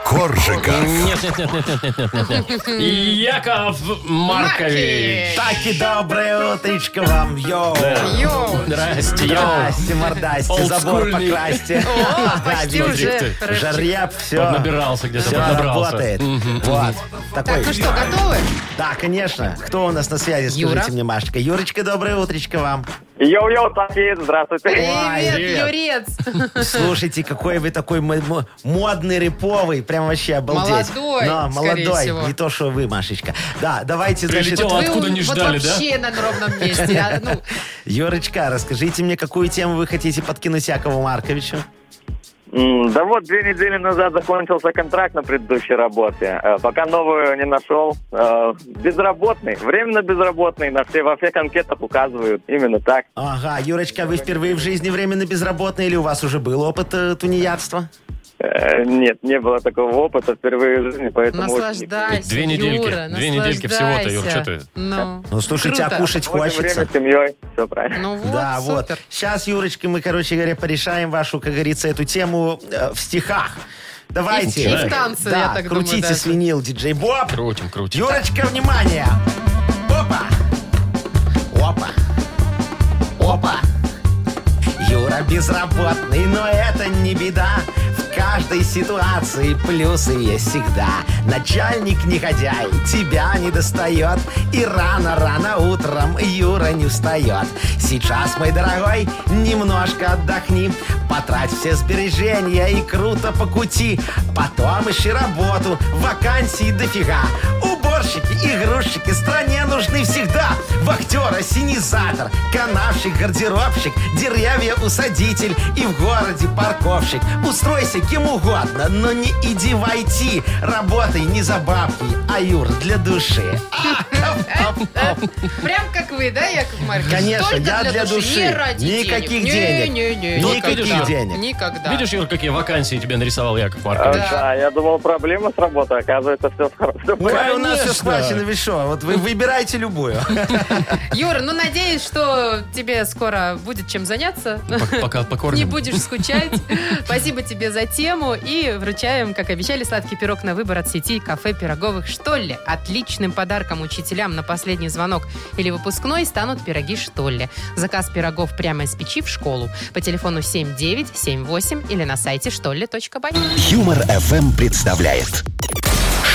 [SPEAKER 1] Коржика.
[SPEAKER 2] Нет, нет, нет, нет, нет, нет, нет, нет, нет. Яков Маркович.
[SPEAKER 4] Так и доброе утречко вам, йоу!
[SPEAKER 3] Йоу!
[SPEAKER 2] Здрасте, йоу.
[SPEAKER 4] Здрасте, мордасте, забор
[SPEAKER 2] Олдскульный.
[SPEAKER 4] покрасьте.
[SPEAKER 3] О, почти
[SPEAKER 4] Да,
[SPEAKER 3] уже
[SPEAKER 4] видите,
[SPEAKER 3] рэпчик.
[SPEAKER 4] Жареп, все.
[SPEAKER 2] Поднабирался где-то,
[SPEAKER 4] Все
[SPEAKER 2] поднабрался.
[SPEAKER 4] работает. Вот. Такой.
[SPEAKER 3] Так, ну что, готовы?
[SPEAKER 4] Да, конечно. Кто у нас на связи, скажите
[SPEAKER 3] Юра.
[SPEAKER 4] мне, Машечка. Юрочка, доброе утречко вам.
[SPEAKER 5] Йоу-йоу, такие, здравствуйте.
[SPEAKER 3] Привет,
[SPEAKER 2] привет. Ну,
[SPEAKER 3] Юрец!
[SPEAKER 4] Слушайте, какой вы такой мо- мо- модный, реповый. Прям вообще обалдеть.
[SPEAKER 3] Молодой,
[SPEAKER 4] Но,
[SPEAKER 3] скорее
[SPEAKER 4] молодой.
[SPEAKER 3] всего.
[SPEAKER 4] Не то, что вы, Машечка. Да, давайте, значит...
[SPEAKER 2] Прилетел
[SPEAKER 3] Вы
[SPEAKER 2] Откуда не
[SPEAKER 3] вот
[SPEAKER 2] ждали, да?
[SPEAKER 3] вообще на ровном месте. а, ну,
[SPEAKER 4] Юрочка, расскажите мне, какую тему вы хотите подкинуть Якову Марковичу?
[SPEAKER 11] М, Да вот, две недели назад закончился контракт на предыдущей работе. Э, Пока новую не нашел. Э, Безработный, временно безработный. На все, во всех анкетах указывают именно так.
[SPEAKER 4] Ага, Юрочка, вы впервые в жизни временно безработный или у вас уже был опыт э, тунеядства?
[SPEAKER 11] Э, Нет, не было такого опыта впервые в жизни, поэтому... очень-
[SPEAKER 3] Наслаждайся,
[SPEAKER 2] Две недельки,
[SPEAKER 3] Юра,
[SPEAKER 2] две недельки всего-то, Юр, чё ты?
[SPEAKER 3] наслаждайся. Ну,
[SPEAKER 4] Ну, слушайте,
[SPEAKER 3] Круто.
[SPEAKER 4] а кушать
[SPEAKER 11] Проводим
[SPEAKER 4] хочется.
[SPEAKER 11] время с семьей, все правильно.
[SPEAKER 3] ну вот,
[SPEAKER 4] да,
[SPEAKER 3] супер.
[SPEAKER 4] вот. Сейчас, Юрочка, мы, короче говоря, порешаем вашу, как говорится, эту тему э, в стихах. Давайте.
[SPEAKER 3] И в- и в танце,
[SPEAKER 4] да,
[SPEAKER 3] я так думаю,
[SPEAKER 4] крутите
[SPEAKER 3] даже.
[SPEAKER 4] свинил, диджей Боб.
[SPEAKER 2] Крутим, крутим.
[SPEAKER 4] Юрочка, внимание! Опа! Опа! Опа! Юра безработный, но это не беда. В каждой ситуации плюсы есть всегда. Начальник негодяй, тебя не достает. И рано-рано утром Юра не встает. Сейчас, мой дорогой, немножко отдохни. Потрать все сбережения и круто покути. Потом ищи работу, вакансий дофига. Убой Актерщики, игрушечки стране нужны всегда. Вахтер, осенизатор, канавщик, гардеробщик, деревья усадитель и в городе парковщик. Устройся кем угодно, но не иди войти. Работай не за бабки, а Юр для души.
[SPEAKER 3] Прям как вы, да, Яков Маркович?
[SPEAKER 4] Конечно,
[SPEAKER 3] Только
[SPEAKER 4] я для
[SPEAKER 3] Не
[SPEAKER 4] души.
[SPEAKER 3] ради
[SPEAKER 4] Никаких
[SPEAKER 3] денег.
[SPEAKER 4] денег.
[SPEAKER 3] Не-не-не.
[SPEAKER 4] Никаких
[SPEAKER 3] Никогда.
[SPEAKER 4] денег.
[SPEAKER 3] Никогда.
[SPEAKER 2] Видишь, Юр, какие вакансии тебе нарисовал Яков
[SPEAKER 11] Э,
[SPEAKER 2] Маркович?
[SPEAKER 11] Да. я думал, проблема с работой, оказывается, все хорошо.
[SPEAKER 4] Ну, а у нас
[SPEAKER 2] Конечно.
[SPEAKER 4] все схвачено, вы что? Вот вы выбирайте любую.
[SPEAKER 3] Юр, ну надеюсь, что тебе скоро будет чем заняться.
[SPEAKER 2] Пок- Пока покормим.
[SPEAKER 3] Не будешь скучать. Спасибо тебе за тему. И вручаем, как обещали, сладкий пирог на выбор от сети кафе «Пироговых что ли». Отличным подарком учителям на последний звонок или выпускной станут пироги что ли. Заказ пирогов прямо из печи в школу. По телефону 7978 или на сайте что ли точка бай.
[SPEAKER 1] Юмор FM представляет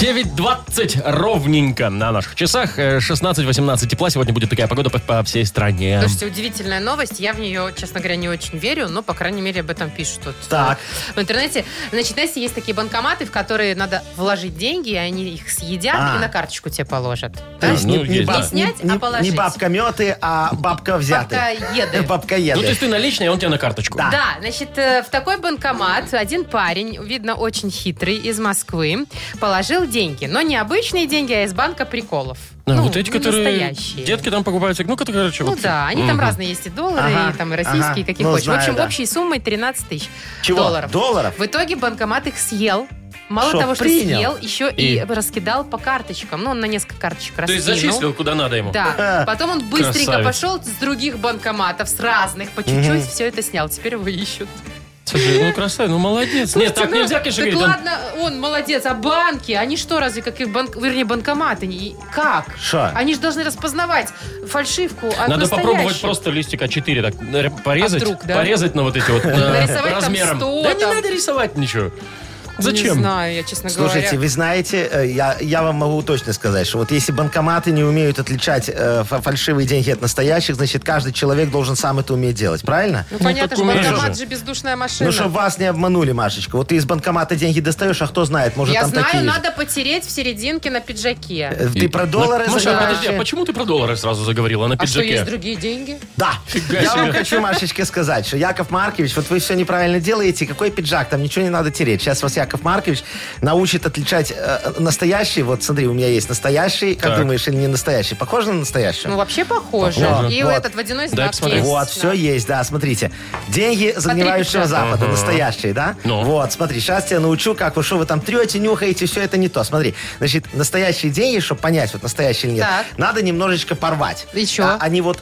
[SPEAKER 2] 9.20 ровненько на наших часах. Э, 16-18 тепла. Сегодня будет такая погода по, по всей стране.
[SPEAKER 3] Ну, Слушайте, удивительная новость. Я в нее, честно говоря, не очень верю, но, по крайней мере, об этом пишут тут.
[SPEAKER 4] Так.
[SPEAKER 3] В интернете, значит, знаете, есть такие банкоматы, в которые надо вложить деньги, и они их съедят
[SPEAKER 4] А.
[SPEAKER 3] и на карточку тебе положат.
[SPEAKER 4] То есть
[SPEAKER 2] ну,
[SPEAKER 4] не- не
[SPEAKER 2] есть,
[SPEAKER 4] баб-
[SPEAKER 2] да.
[SPEAKER 3] Не снять, а
[SPEAKER 4] не- Не
[SPEAKER 3] положить.
[SPEAKER 4] бабка меты, а бабка
[SPEAKER 3] Пока
[SPEAKER 4] взятая.
[SPEAKER 3] еды.
[SPEAKER 4] Бабка
[SPEAKER 2] Ну, то
[SPEAKER 4] еды.
[SPEAKER 2] есть ты наличный, а он тебе на карточку.
[SPEAKER 4] Да.
[SPEAKER 3] Да, значит, э, в такой банкомат один парень, видно, очень хитрый, из Москвы, положил деньги. Но не обычные деньги, а из банка приколов.
[SPEAKER 2] Да,
[SPEAKER 4] А,
[SPEAKER 3] Ну,
[SPEAKER 2] вот эти,
[SPEAKER 3] не
[SPEAKER 2] которые
[SPEAKER 3] настоящие.
[SPEAKER 2] детки там покупают. Ну-ка, короче,
[SPEAKER 3] Ну
[SPEAKER 2] вот.
[SPEAKER 3] да, они там
[SPEAKER 2] Мгм.
[SPEAKER 3] разные есть и доллары,
[SPEAKER 4] Ага,
[SPEAKER 3] и там и российские,
[SPEAKER 4] ага.
[SPEAKER 3] и какие
[SPEAKER 4] Ну,
[SPEAKER 3] хочешь. в
[SPEAKER 4] знаю,
[SPEAKER 3] общем,
[SPEAKER 4] да.
[SPEAKER 3] общей суммой 13 тысяч
[SPEAKER 4] Чего?
[SPEAKER 3] долларов.
[SPEAKER 4] Долларов?
[SPEAKER 3] В итоге банкомат их съел. Мало
[SPEAKER 4] Что,
[SPEAKER 3] того, что
[SPEAKER 4] принял?
[SPEAKER 3] съел, еще и...
[SPEAKER 2] И?
[SPEAKER 3] раскидал по карточкам. Ну, он на несколько карточек
[SPEAKER 2] То
[SPEAKER 3] раскинул.
[SPEAKER 2] есть зачислил, куда надо ему.
[SPEAKER 3] ну.
[SPEAKER 4] А,
[SPEAKER 3] Да. Потом он быстренько
[SPEAKER 2] Красавец.
[SPEAKER 3] пошел с других банкоматов, с разных, по чуть-чуть все это снял. Теперь его ищут.
[SPEAKER 2] Слушай, ну красавец, ну молодец. Нет,
[SPEAKER 3] Слушайте,
[SPEAKER 2] так
[SPEAKER 3] ну,
[SPEAKER 2] нельзя, конечно,
[SPEAKER 3] так
[SPEAKER 2] говорить. он-
[SPEAKER 3] ладно, он молодец, а банки, они что, разве как и банк, вернее, банкоматы? не- Как?
[SPEAKER 4] Шо?
[SPEAKER 3] Они же должны распознавать фальшивку от
[SPEAKER 2] Надо
[SPEAKER 3] настоящих.
[SPEAKER 2] попробовать просто листик А4 так наре- порезать,
[SPEAKER 3] А вдруг, да?
[SPEAKER 2] порезать на вот эти вот э,
[SPEAKER 3] Нарисовать там
[SPEAKER 2] размером.
[SPEAKER 3] 100,
[SPEAKER 2] да не
[SPEAKER 3] там.
[SPEAKER 2] надо рисовать ничего.
[SPEAKER 3] Ну, Не
[SPEAKER 2] Зачем?
[SPEAKER 3] знаю, я, честно
[SPEAKER 4] Слушайте,
[SPEAKER 3] говоря.
[SPEAKER 4] вы знаете, э, я, я вам могу точно сказать, что вот если банкоматы не умеют отличать э, фа- фальшивые деньги от настоящих, значит, каждый человек должен сам это уметь делать, правильно?
[SPEAKER 3] Ну,
[SPEAKER 2] Ну,
[SPEAKER 3] понятно,
[SPEAKER 2] так
[SPEAKER 3] что
[SPEAKER 2] умеешь
[SPEAKER 3] банкомат
[SPEAKER 2] же.
[SPEAKER 3] же бездушная машина.
[SPEAKER 4] Ну, чтобы вас не обманули, Машечка. Вот ты из банкомата деньги достаешь, а кто знает, может,
[SPEAKER 3] я
[SPEAKER 4] там
[SPEAKER 3] знаю,
[SPEAKER 4] такие... есть.
[SPEAKER 3] надо потереть в серединке на пиджаке.
[SPEAKER 4] Э, Ты про доллары
[SPEAKER 2] Маша,
[SPEAKER 4] знаешь?
[SPEAKER 2] подожди, а почему ты про доллары сразу заговорила на
[SPEAKER 3] А что,
[SPEAKER 2] пиджаке?
[SPEAKER 3] есть другие деньги?
[SPEAKER 4] Да.
[SPEAKER 2] Фига
[SPEAKER 4] я вам
[SPEAKER 2] себе.
[SPEAKER 4] хочу, Машечка, сказать, что Яков Маркович, вот вы все неправильно делаете. Какой пиджак? Там ничего не надо тереть. Сейчас вас Яков Маркович научит отличать э, настоящие. Вот смотри, у меня есть настоящий. Как
[SPEAKER 2] Так.
[SPEAKER 4] думаешь, или не настоящий? Похоже на
[SPEAKER 3] Ну,
[SPEAKER 4] настоящего?
[SPEAKER 3] вообще похоже.
[SPEAKER 2] Похоже.
[SPEAKER 3] И
[SPEAKER 4] Вот.
[SPEAKER 3] этот водяной
[SPEAKER 2] Дай
[SPEAKER 3] знак
[SPEAKER 2] посмотреть.
[SPEAKER 3] есть.
[SPEAKER 4] вот, все есть, да, смотрите. Деньги загнивающего
[SPEAKER 3] пиджака.
[SPEAKER 4] Запада, настоящие, да?
[SPEAKER 2] Ну.
[SPEAKER 4] Вот, смотри, сейчас тебя научу, как вы, что вы там трете, нюхаете, все это не то. Смотри, значит, настоящие деньги, чтобы понять, вот настоящие или нет,
[SPEAKER 3] Так.
[SPEAKER 4] надо немножечко порвать.
[SPEAKER 3] И чё?
[SPEAKER 4] А, они вот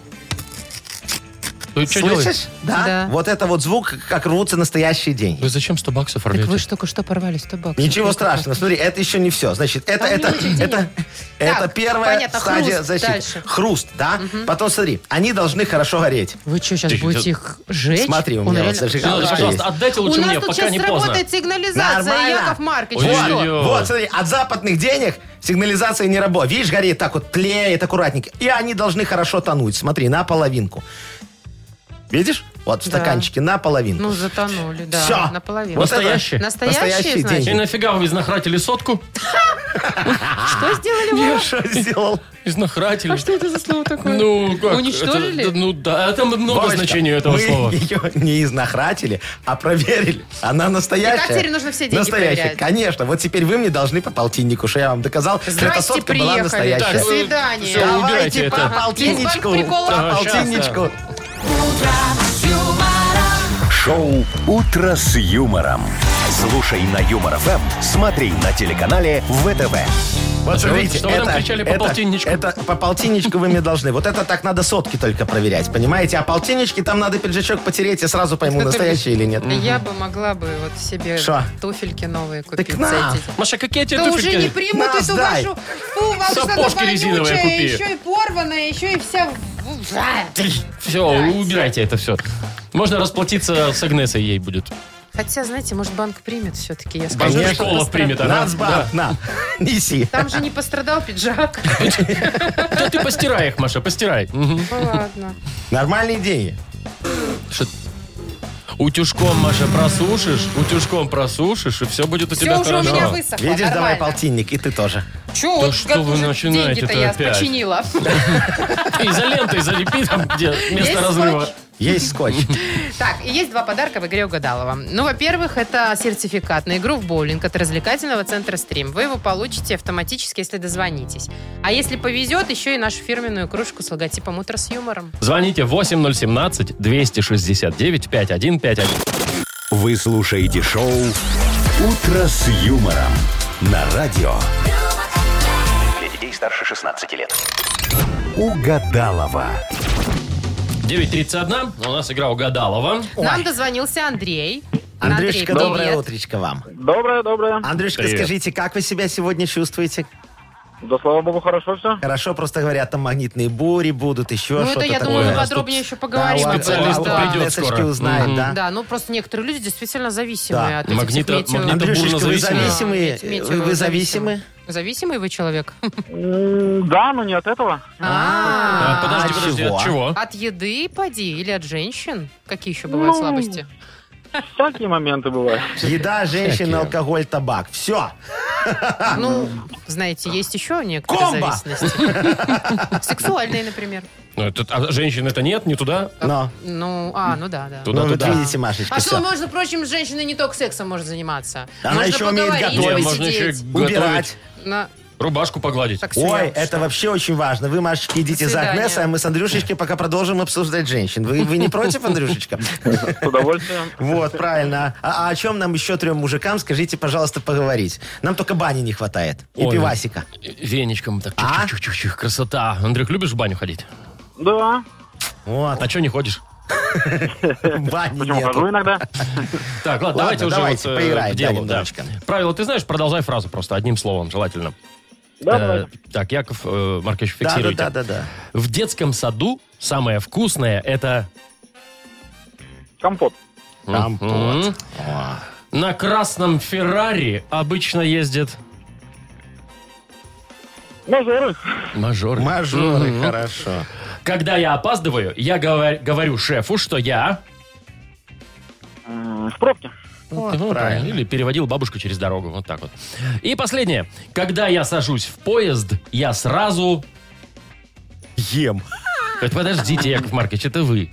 [SPEAKER 2] Ты что делаешь?
[SPEAKER 4] Слышишь? Да?
[SPEAKER 3] Да.
[SPEAKER 4] Вот это вот звук, как рвутся настоящие деньги.
[SPEAKER 2] Вы зачем 100 баксов
[SPEAKER 3] Так
[SPEAKER 2] рвете?
[SPEAKER 3] вы ж только что порвали 100 баксов.
[SPEAKER 4] Ничего страшного. Смотри, это еще не все. Значит, это,
[SPEAKER 3] Там
[SPEAKER 4] это,
[SPEAKER 3] не очень
[SPEAKER 4] это,
[SPEAKER 3] денег.
[SPEAKER 4] это
[SPEAKER 3] Так,
[SPEAKER 4] первая
[SPEAKER 3] понятно,
[SPEAKER 4] стадия
[SPEAKER 3] хруст
[SPEAKER 4] защиты.
[SPEAKER 3] дальше.
[SPEAKER 4] Хруст, да? Потом смотри, они должны хорошо гореть.
[SPEAKER 3] Вы что, сейчас
[SPEAKER 2] Ты-
[SPEAKER 3] будете их жечь?
[SPEAKER 4] Смотри, у
[SPEAKER 3] Он
[SPEAKER 4] меня вот
[SPEAKER 3] реально-
[SPEAKER 4] зажигалка
[SPEAKER 2] Надо,
[SPEAKER 4] есть.
[SPEAKER 2] пожалуйста, отдайте
[SPEAKER 3] У
[SPEAKER 2] лучше
[SPEAKER 3] нас
[SPEAKER 2] мне,
[SPEAKER 3] тут
[SPEAKER 2] пока
[SPEAKER 3] сейчас
[SPEAKER 2] не поздно.
[SPEAKER 3] сработает сигнализация,
[SPEAKER 4] Нормально.
[SPEAKER 3] Яков Маркович.
[SPEAKER 2] Ой,
[SPEAKER 3] вы что?
[SPEAKER 2] ой, ой.
[SPEAKER 4] Вот, смотри, от западных денег сигнализация не работает. Видишь, горит так вот, тлеет аккуратненько. И они должны хорошо тонуть. Смотри, на половинку. Видишь? Вот в
[SPEAKER 3] Да.
[SPEAKER 4] стаканчике, на половинку.
[SPEAKER 3] Ну, затонули, да,
[SPEAKER 4] Всё.
[SPEAKER 3] наполовину.
[SPEAKER 4] Вот это
[SPEAKER 2] Настоящие?
[SPEAKER 3] Настоящие,
[SPEAKER 4] Настоящие
[SPEAKER 3] значит?
[SPEAKER 2] И
[SPEAKER 4] деньги.
[SPEAKER 2] нафига вы изнахратили сотку?
[SPEAKER 3] Что сделали
[SPEAKER 2] Ну,
[SPEAKER 3] вы?
[SPEAKER 4] Я что сделал?
[SPEAKER 2] Изнахратили.
[SPEAKER 3] А что это за слово такое?
[SPEAKER 2] Ну, как?
[SPEAKER 3] Уничтожили?
[SPEAKER 2] это- да, ну да, там много
[SPEAKER 4] Вовочка,
[SPEAKER 2] значений у этого
[SPEAKER 4] мы
[SPEAKER 2] слова.
[SPEAKER 4] ее не изнахратили, а проверили. Она настоящая.
[SPEAKER 3] И так теперь нужно все деньги
[SPEAKER 4] Настоящая,
[SPEAKER 3] проверять.
[SPEAKER 4] конечно. Вот теперь вы мне должны по полтиннику, что я вам доказал, что эта
[SPEAKER 3] Здрасте,
[SPEAKER 4] сотка была
[SPEAKER 3] приехали.
[SPEAKER 4] настоящая.
[SPEAKER 3] До
[SPEAKER 2] Так, э,
[SPEAKER 3] свидания.
[SPEAKER 2] всё, убирайте
[SPEAKER 4] Давайте по
[SPEAKER 2] это.
[SPEAKER 3] Есть банк
[SPEAKER 4] полтинничку.
[SPEAKER 3] приколов?
[SPEAKER 4] По
[SPEAKER 2] Ага, щас,
[SPEAKER 4] полтинничку.
[SPEAKER 1] Шоу Утро с юмором. Слушай на Юмор ФМ, смотри на телеканале ВТВ.
[SPEAKER 4] Вот
[SPEAKER 2] что вы-
[SPEAKER 4] смотрите,
[SPEAKER 2] что вы там
[SPEAKER 4] это-
[SPEAKER 2] кричали по
[SPEAKER 4] это-
[SPEAKER 2] полтинничку?
[SPEAKER 4] Это по полтинничку вы мне должны. Вот это так надо сотки только проверять, понимаете? А полтиннички там надо пиджачок потереть, я сразу пойму, настоящий или нет.
[SPEAKER 3] Я бы могла бы вот себе
[SPEAKER 4] Шо?
[SPEAKER 3] туфельки новые купить.
[SPEAKER 4] Так на.
[SPEAKER 3] за эти-
[SPEAKER 2] Маша, какие тебе
[SPEAKER 3] Да уже не
[SPEAKER 2] туфельки?
[SPEAKER 3] примут
[SPEAKER 4] Нас
[SPEAKER 3] эту
[SPEAKER 4] дай.
[SPEAKER 3] вашу... Фу, вам что-то
[SPEAKER 2] Сапожки резиновые
[SPEAKER 3] вонючее,
[SPEAKER 2] купи.
[SPEAKER 3] еще и порванная, еще и вся... в- Ра.
[SPEAKER 2] Все, убирайте это все. Можно расплатиться с Агнесой, ей будет.
[SPEAKER 3] Хотя, знаете, может, банк примет все-таки. Я скажу,
[SPEAKER 2] Банк
[SPEAKER 4] Конечно.
[SPEAKER 3] что
[SPEAKER 2] приколов
[SPEAKER 3] пострадал.
[SPEAKER 2] примет, ага. Да.
[SPEAKER 4] Нацбанк, на, неси.
[SPEAKER 3] Там же не пострадал пиджак.
[SPEAKER 2] Да ты постирай их, Маша, постирай. Мгм.
[SPEAKER 3] Ну, Ладно.
[SPEAKER 4] Нормальные деньги.
[SPEAKER 2] Что- Утюжком, Маша, просушишь, утюжком просушишь, и все будет у
[SPEAKER 3] Всё
[SPEAKER 2] тебя
[SPEAKER 3] уже у
[SPEAKER 2] хорошо.
[SPEAKER 3] меня высохло,
[SPEAKER 4] Видишь, давай
[SPEAKER 3] нормально.
[SPEAKER 4] полтинник, и ты тоже.
[SPEAKER 3] Чё,
[SPEAKER 2] Да
[SPEAKER 3] вот
[SPEAKER 2] что
[SPEAKER 3] как
[SPEAKER 2] вы
[SPEAKER 3] уже
[SPEAKER 2] начинаете-то
[SPEAKER 3] деньги-то я
[SPEAKER 2] опять?
[SPEAKER 3] починила.
[SPEAKER 2] Изолентой залепи там, где
[SPEAKER 3] Есть
[SPEAKER 2] место разрыва.
[SPEAKER 3] скотч?
[SPEAKER 4] Есть скотч.
[SPEAKER 3] Так, и есть два подарка в игре угадала вам. Ну, во-первых, это сертификат на игру в боулинг от развлекательного центра «Стрим». Вы его получите автоматически, если дозвонитесь. А если повезет, еще и нашу фирменную кружку с логотипом «Утро с юмором».
[SPEAKER 2] Звоните 8017-269-5151.
[SPEAKER 1] Вы слушаете шоу «Утро с юмором» на радио
[SPEAKER 10] Для детей старше 16 лет.
[SPEAKER 1] Угадалова.
[SPEAKER 2] 9.31, у нас игра угадалова.
[SPEAKER 3] Нам дозвонился Андрей.
[SPEAKER 4] Андрюшка,
[SPEAKER 3] Андрей,
[SPEAKER 4] доброе
[SPEAKER 3] привет.
[SPEAKER 4] утречко вам.
[SPEAKER 5] Доброе, доброе.
[SPEAKER 4] Андрюшка,
[SPEAKER 2] Привет.
[SPEAKER 4] скажите, как вы себя сегодня чувствуете?
[SPEAKER 5] Да слава богу, хорошо все.
[SPEAKER 4] Хорошо, просто говорят, там магнитные бури будут, еще
[SPEAKER 3] Ну,
[SPEAKER 4] что-то
[SPEAKER 3] это, я
[SPEAKER 4] такое.
[SPEAKER 3] думаю, мы
[SPEAKER 2] у нас
[SPEAKER 3] подробнее
[SPEAKER 2] тут-
[SPEAKER 3] еще
[SPEAKER 4] Да,
[SPEAKER 3] поговорим.
[SPEAKER 4] ладно,
[SPEAKER 3] об этом.
[SPEAKER 2] специалист
[SPEAKER 4] ладно,
[SPEAKER 2] придет
[SPEAKER 4] Лесочки
[SPEAKER 2] скоро.
[SPEAKER 4] узнаем,
[SPEAKER 2] Мгм.
[SPEAKER 4] да?
[SPEAKER 3] Да, ну просто некоторые люди действительно зависимые
[SPEAKER 4] Да.
[SPEAKER 3] от этих
[SPEAKER 2] Магнита-
[SPEAKER 3] метео-
[SPEAKER 2] магнита- Это бурно
[SPEAKER 4] Э, Андрюшечка, вы
[SPEAKER 2] зависимые.
[SPEAKER 4] зависимые?
[SPEAKER 3] метео- метео-
[SPEAKER 4] Вы- Вы зависимы?
[SPEAKER 3] Зависимый вы человек?
[SPEAKER 5] М, Да, но не от этого.
[SPEAKER 3] А,
[SPEAKER 2] А, подожди,
[SPEAKER 4] а
[SPEAKER 2] подожди,
[SPEAKER 4] чего?
[SPEAKER 2] от чего?
[SPEAKER 3] От еды поди или от женщин? Какие еще бывают
[SPEAKER 5] Ну,
[SPEAKER 3] слабости?
[SPEAKER 5] Всякие моменты бывают.
[SPEAKER 4] Еда, женщина,
[SPEAKER 2] Всякие.
[SPEAKER 4] алкоголь, табак. Все.
[SPEAKER 3] Ну, знаете, есть еще некоторые
[SPEAKER 4] А, Комбо!
[SPEAKER 3] зависимости. Сексуальные, например.
[SPEAKER 2] Ну, это, а женщин это нет, не туда?
[SPEAKER 4] Но.
[SPEAKER 3] Ну, а, ну да, да.
[SPEAKER 2] Тут- Туда,
[SPEAKER 4] ну,
[SPEAKER 2] туда.
[SPEAKER 4] вот видите, Машечка,
[SPEAKER 3] А что,
[SPEAKER 4] все.
[SPEAKER 3] между прочим, женщина не только сексом может заниматься.
[SPEAKER 4] Она
[SPEAKER 3] можно
[SPEAKER 4] еще умеет
[SPEAKER 3] поговорить,
[SPEAKER 2] Не,
[SPEAKER 4] готовить.
[SPEAKER 2] можно еще и
[SPEAKER 3] посидеть.
[SPEAKER 2] готовить,
[SPEAKER 4] Убирать.
[SPEAKER 3] На-
[SPEAKER 2] рубашку погладить.
[SPEAKER 3] так, всё,
[SPEAKER 4] Ой,
[SPEAKER 3] я
[SPEAKER 4] это
[SPEAKER 3] ушла.
[SPEAKER 4] вообще очень важно. Вы, Машечка, идите
[SPEAKER 3] До
[SPEAKER 4] за
[SPEAKER 3] свидания.
[SPEAKER 4] Агнесой, а мы с Андрюшечкой пока продолжим обсуждать женщин. Вы, вы не против, Андрюшечка?
[SPEAKER 5] С удовольствием.
[SPEAKER 4] Вот, правильно. А, а о чем нам еще трем мужикам, скажите, пожалуйста, поговорить? Нам только бани не хватает. И
[SPEAKER 2] Ой.
[SPEAKER 4] пивасика.
[SPEAKER 2] Веничком так,
[SPEAKER 4] А?
[SPEAKER 2] чух-чух-чух, красота. Андрюх, любишь в баню ходить?
[SPEAKER 5] Да.
[SPEAKER 4] Вот,
[SPEAKER 2] А что не ходишь?
[SPEAKER 4] бани
[SPEAKER 5] Почему хожу
[SPEAKER 4] нету.
[SPEAKER 5] иногда?
[SPEAKER 2] Так, ладно, давайте
[SPEAKER 4] Ладно,
[SPEAKER 2] уже
[SPEAKER 4] давайте,
[SPEAKER 2] вот, э,
[SPEAKER 4] поиграем,
[SPEAKER 2] к делу,
[SPEAKER 4] да,
[SPEAKER 2] да.
[SPEAKER 4] немножечко.
[SPEAKER 2] Правило, ты знаешь, продолжай фразу просто одним словом, желательно.
[SPEAKER 5] Да,
[SPEAKER 2] Э,
[SPEAKER 5] давай.
[SPEAKER 2] так, Яков э, Маркович,
[SPEAKER 4] Да, да,
[SPEAKER 2] фиксируйте.
[SPEAKER 4] да, да, да.
[SPEAKER 2] В детском саду самое вкусное это...
[SPEAKER 5] Компот.
[SPEAKER 2] М.
[SPEAKER 4] Там вот. О.
[SPEAKER 2] На красном Феррари обычно ездят...
[SPEAKER 5] Мажоры.
[SPEAKER 2] Мажоры.
[SPEAKER 4] Мажоры,
[SPEAKER 2] Мгм.
[SPEAKER 4] хорошо.
[SPEAKER 2] Когда я опаздываю, я говор- говорю шефу, что я...
[SPEAKER 5] М, В пробке.
[SPEAKER 4] Вот,
[SPEAKER 2] Ну,
[SPEAKER 4] правильно.
[SPEAKER 2] Или переводил бабушку через дорогу. Вот так вот. И последнее. Когда я сажусь в поезд, я сразу...
[SPEAKER 4] Ем.
[SPEAKER 2] Хоть Подождите, Яков Маркович, это вы.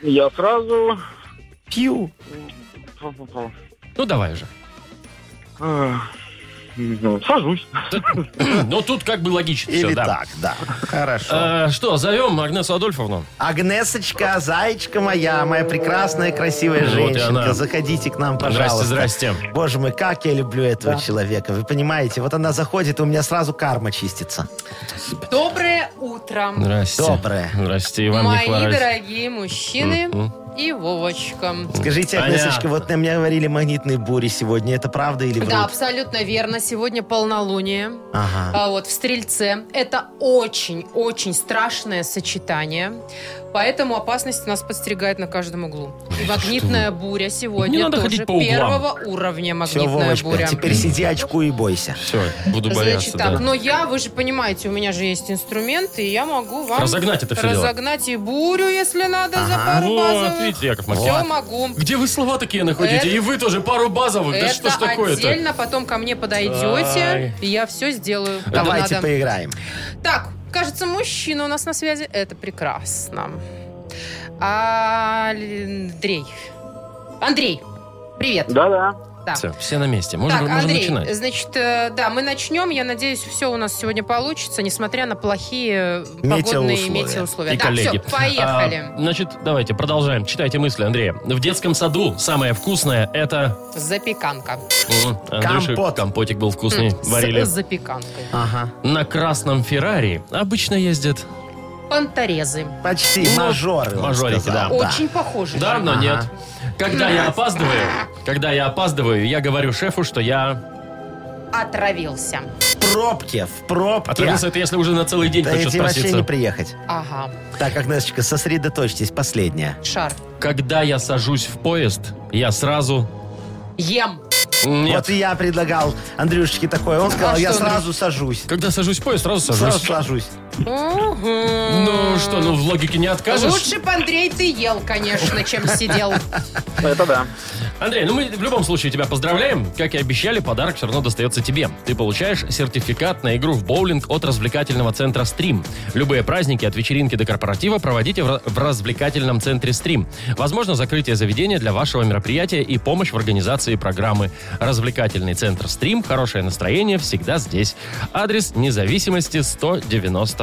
[SPEAKER 5] Я сразу...
[SPEAKER 4] Пью.
[SPEAKER 2] Ну, давай уже.
[SPEAKER 5] Э, Сажусь.
[SPEAKER 2] Ну, тут как бы логично все,
[SPEAKER 4] Или
[SPEAKER 2] да.
[SPEAKER 4] так, да. Хорошо.
[SPEAKER 2] Э, Что, зовем Агнесу Адольфовну?
[SPEAKER 4] Агнесочка, зайчика моя, моя прекрасная, красивая
[SPEAKER 2] Вот и она.
[SPEAKER 4] женщинка, заходите к нам, пожалуйста.
[SPEAKER 2] Здрасте, здрасте.
[SPEAKER 4] Боже мой, как я люблю этого человека, вы понимаете? Вот она заходит, и у меня сразу карма чистится.
[SPEAKER 3] Доброе утро,
[SPEAKER 2] Здрасте.
[SPEAKER 4] Доброе.
[SPEAKER 2] Здрасте, и вам не
[SPEAKER 3] мои
[SPEAKER 2] хворать. М-м.
[SPEAKER 3] дорогие мужчины и Вовочка.
[SPEAKER 4] Скажите, Агнесочка,
[SPEAKER 2] Понятно.
[SPEAKER 4] вот на меня говорили магнитные бури сегодня, это правда или
[SPEAKER 3] Да,
[SPEAKER 4] врут?
[SPEAKER 3] абсолютно верно. Сегодня полнолуние.
[SPEAKER 4] Ага.
[SPEAKER 3] А вот в Стрельце. Это очень-очень страшное сочетание. Поэтому опасность нас подстерегает на каждом углу. И магнитная буря сегодня
[SPEAKER 2] Не надо
[SPEAKER 3] тоже
[SPEAKER 2] ходить по углам.
[SPEAKER 3] первого уровня
[SPEAKER 4] Все,
[SPEAKER 3] магнитная
[SPEAKER 4] Вовочка,
[SPEAKER 3] буря.
[SPEAKER 4] теперь сиди очку и бойся.
[SPEAKER 2] Все, буду
[SPEAKER 3] Значит
[SPEAKER 2] бояться,
[SPEAKER 3] так, ну,
[SPEAKER 2] да.
[SPEAKER 3] но я, вы же понимаете, у меня же есть инструменты, и я могу вам
[SPEAKER 2] Разогнать это всё дело.
[SPEAKER 3] разогнать и бурю, если надо, за
[SPEAKER 4] Ага.
[SPEAKER 3] пару
[SPEAKER 2] Вот,
[SPEAKER 3] базовых.
[SPEAKER 2] видите, Яков
[SPEAKER 3] Все
[SPEAKER 2] Маркович.
[SPEAKER 3] могу.
[SPEAKER 2] Где вы слова такие находите?
[SPEAKER 3] Это-
[SPEAKER 2] И вы тоже пару базовых. Да
[SPEAKER 3] это
[SPEAKER 2] что ж такое-то?
[SPEAKER 3] отдельно, потом ко мне подойдете,
[SPEAKER 2] Ай.
[SPEAKER 3] и я все сделаю. как
[SPEAKER 4] Давайте
[SPEAKER 3] надо.
[SPEAKER 4] поиграем.
[SPEAKER 3] Так, кажется, мужчина у нас на связи. Это прекрасно. А, Андрей. Андрей, привет.
[SPEAKER 5] Да-да.
[SPEAKER 3] Да.
[SPEAKER 2] Все, все на месте. Можно,
[SPEAKER 3] Так,
[SPEAKER 2] можно
[SPEAKER 3] Андрей,
[SPEAKER 2] начинать.
[SPEAKER 3] значит, э, да, мы начнем. Я надеюсь, все у нас сегодня получится, несмотря на плохие э, погодные
[SPEAKER 4] Метеоусловия.
[SPEAKER 3] метеоусловия.
[SPEAKER 2] И
[SPEAKER 3] так,
[SPEAKER 2] коллеги.
[SPEAKER 3] все, поехали.
[SPEAKER 2] А, значит, давайте продолжаем. Читайте мысли, Андрея. В детском саду самое вкусное это...
[SPEAKER 3] Запеканка.
[SPEAKER 2] М, Андрюша,
[SPEAKER 4] Компот.
[SPEAKER 2] Компотик был вкусный. Варили.
[SPEAKER 3] С запеканкой.
[SPEAKER 4] Ага.
[SPEAKER 2] На красном Феррари обычно ездят...
[SPEAKER 3] Понторезы.
[SPEAKER 4] Почти мажоры. он
[SPEAKER 2] Ну, мажорики,
[SPEAKER 4] сказал,
[SPEAKER 2] да.
[SPEAKER 3] Очень похожи.
[SPEAKER 2] Да, но
[SPEAKER 4] Ага.
[SPEAKER 2] нет. Когда я опаздываю, когда я опаздываю, я говорю шефу, что я
[SPEAKER 3] Отравился.
[SPEAKER 4] В пробке, в пробке.
[SPEAKER 2] отравился, А это если уже на целый день
[SPEAKER 4] Да
[SPEAKER 2] хочу
[SPEAKER 4] эти вообще
[SPEAKER 2] спроситься.
[SPEAKER 4] не приехать.
[SPEAKER 3] Ага.
[SPEAKER 4] Так, Агнесочка, сосредоточьтесь, последняя.
[SPEAKER 3] Шар.
[SPEAKER 2] Когда я сажусь в поезд, я сразу...
[SPEAKER 3] Ем.
[SPEAKER 2] Нет.
[SPEAKER 4] Вот и я предлагал Андрюшечке такое. Он сказал,
[SPEAKER 3] А
[SPEAKER 4] я
[SPEAKER 3] что,
[SPEAKER 4] сразу сажусь.
[SPEAKER 2] Когда сажусь в поезд, сразу сажусь.
[SPEAKER 4] Сразу сажусь.
[SPEAKER 2] Ну что, ну в логике не откажешь?
[SPEAKER 3] Лучше б, Андрей, ты ел, конечно, чем сидел.
[SPEAKER 11] Это да.
[SPEAKER 2] Андрей, ну мы в любом случае тебя поздравляем. Как и обещали, подарок все равно достается тебе. Ты получаешь сертификат на игру в боулинг от развлекательного центра «Стрим». Любые праздники от вечеринки до корпоратива проводите в, ра- в развлекательном центре «Стрим». Возможно, закрытие заведения для вашего мероприятия и помощь в организации программы. Развлекательный центр «Стрим». Хорошее настроение всегда здесь. Адрес независимости 196.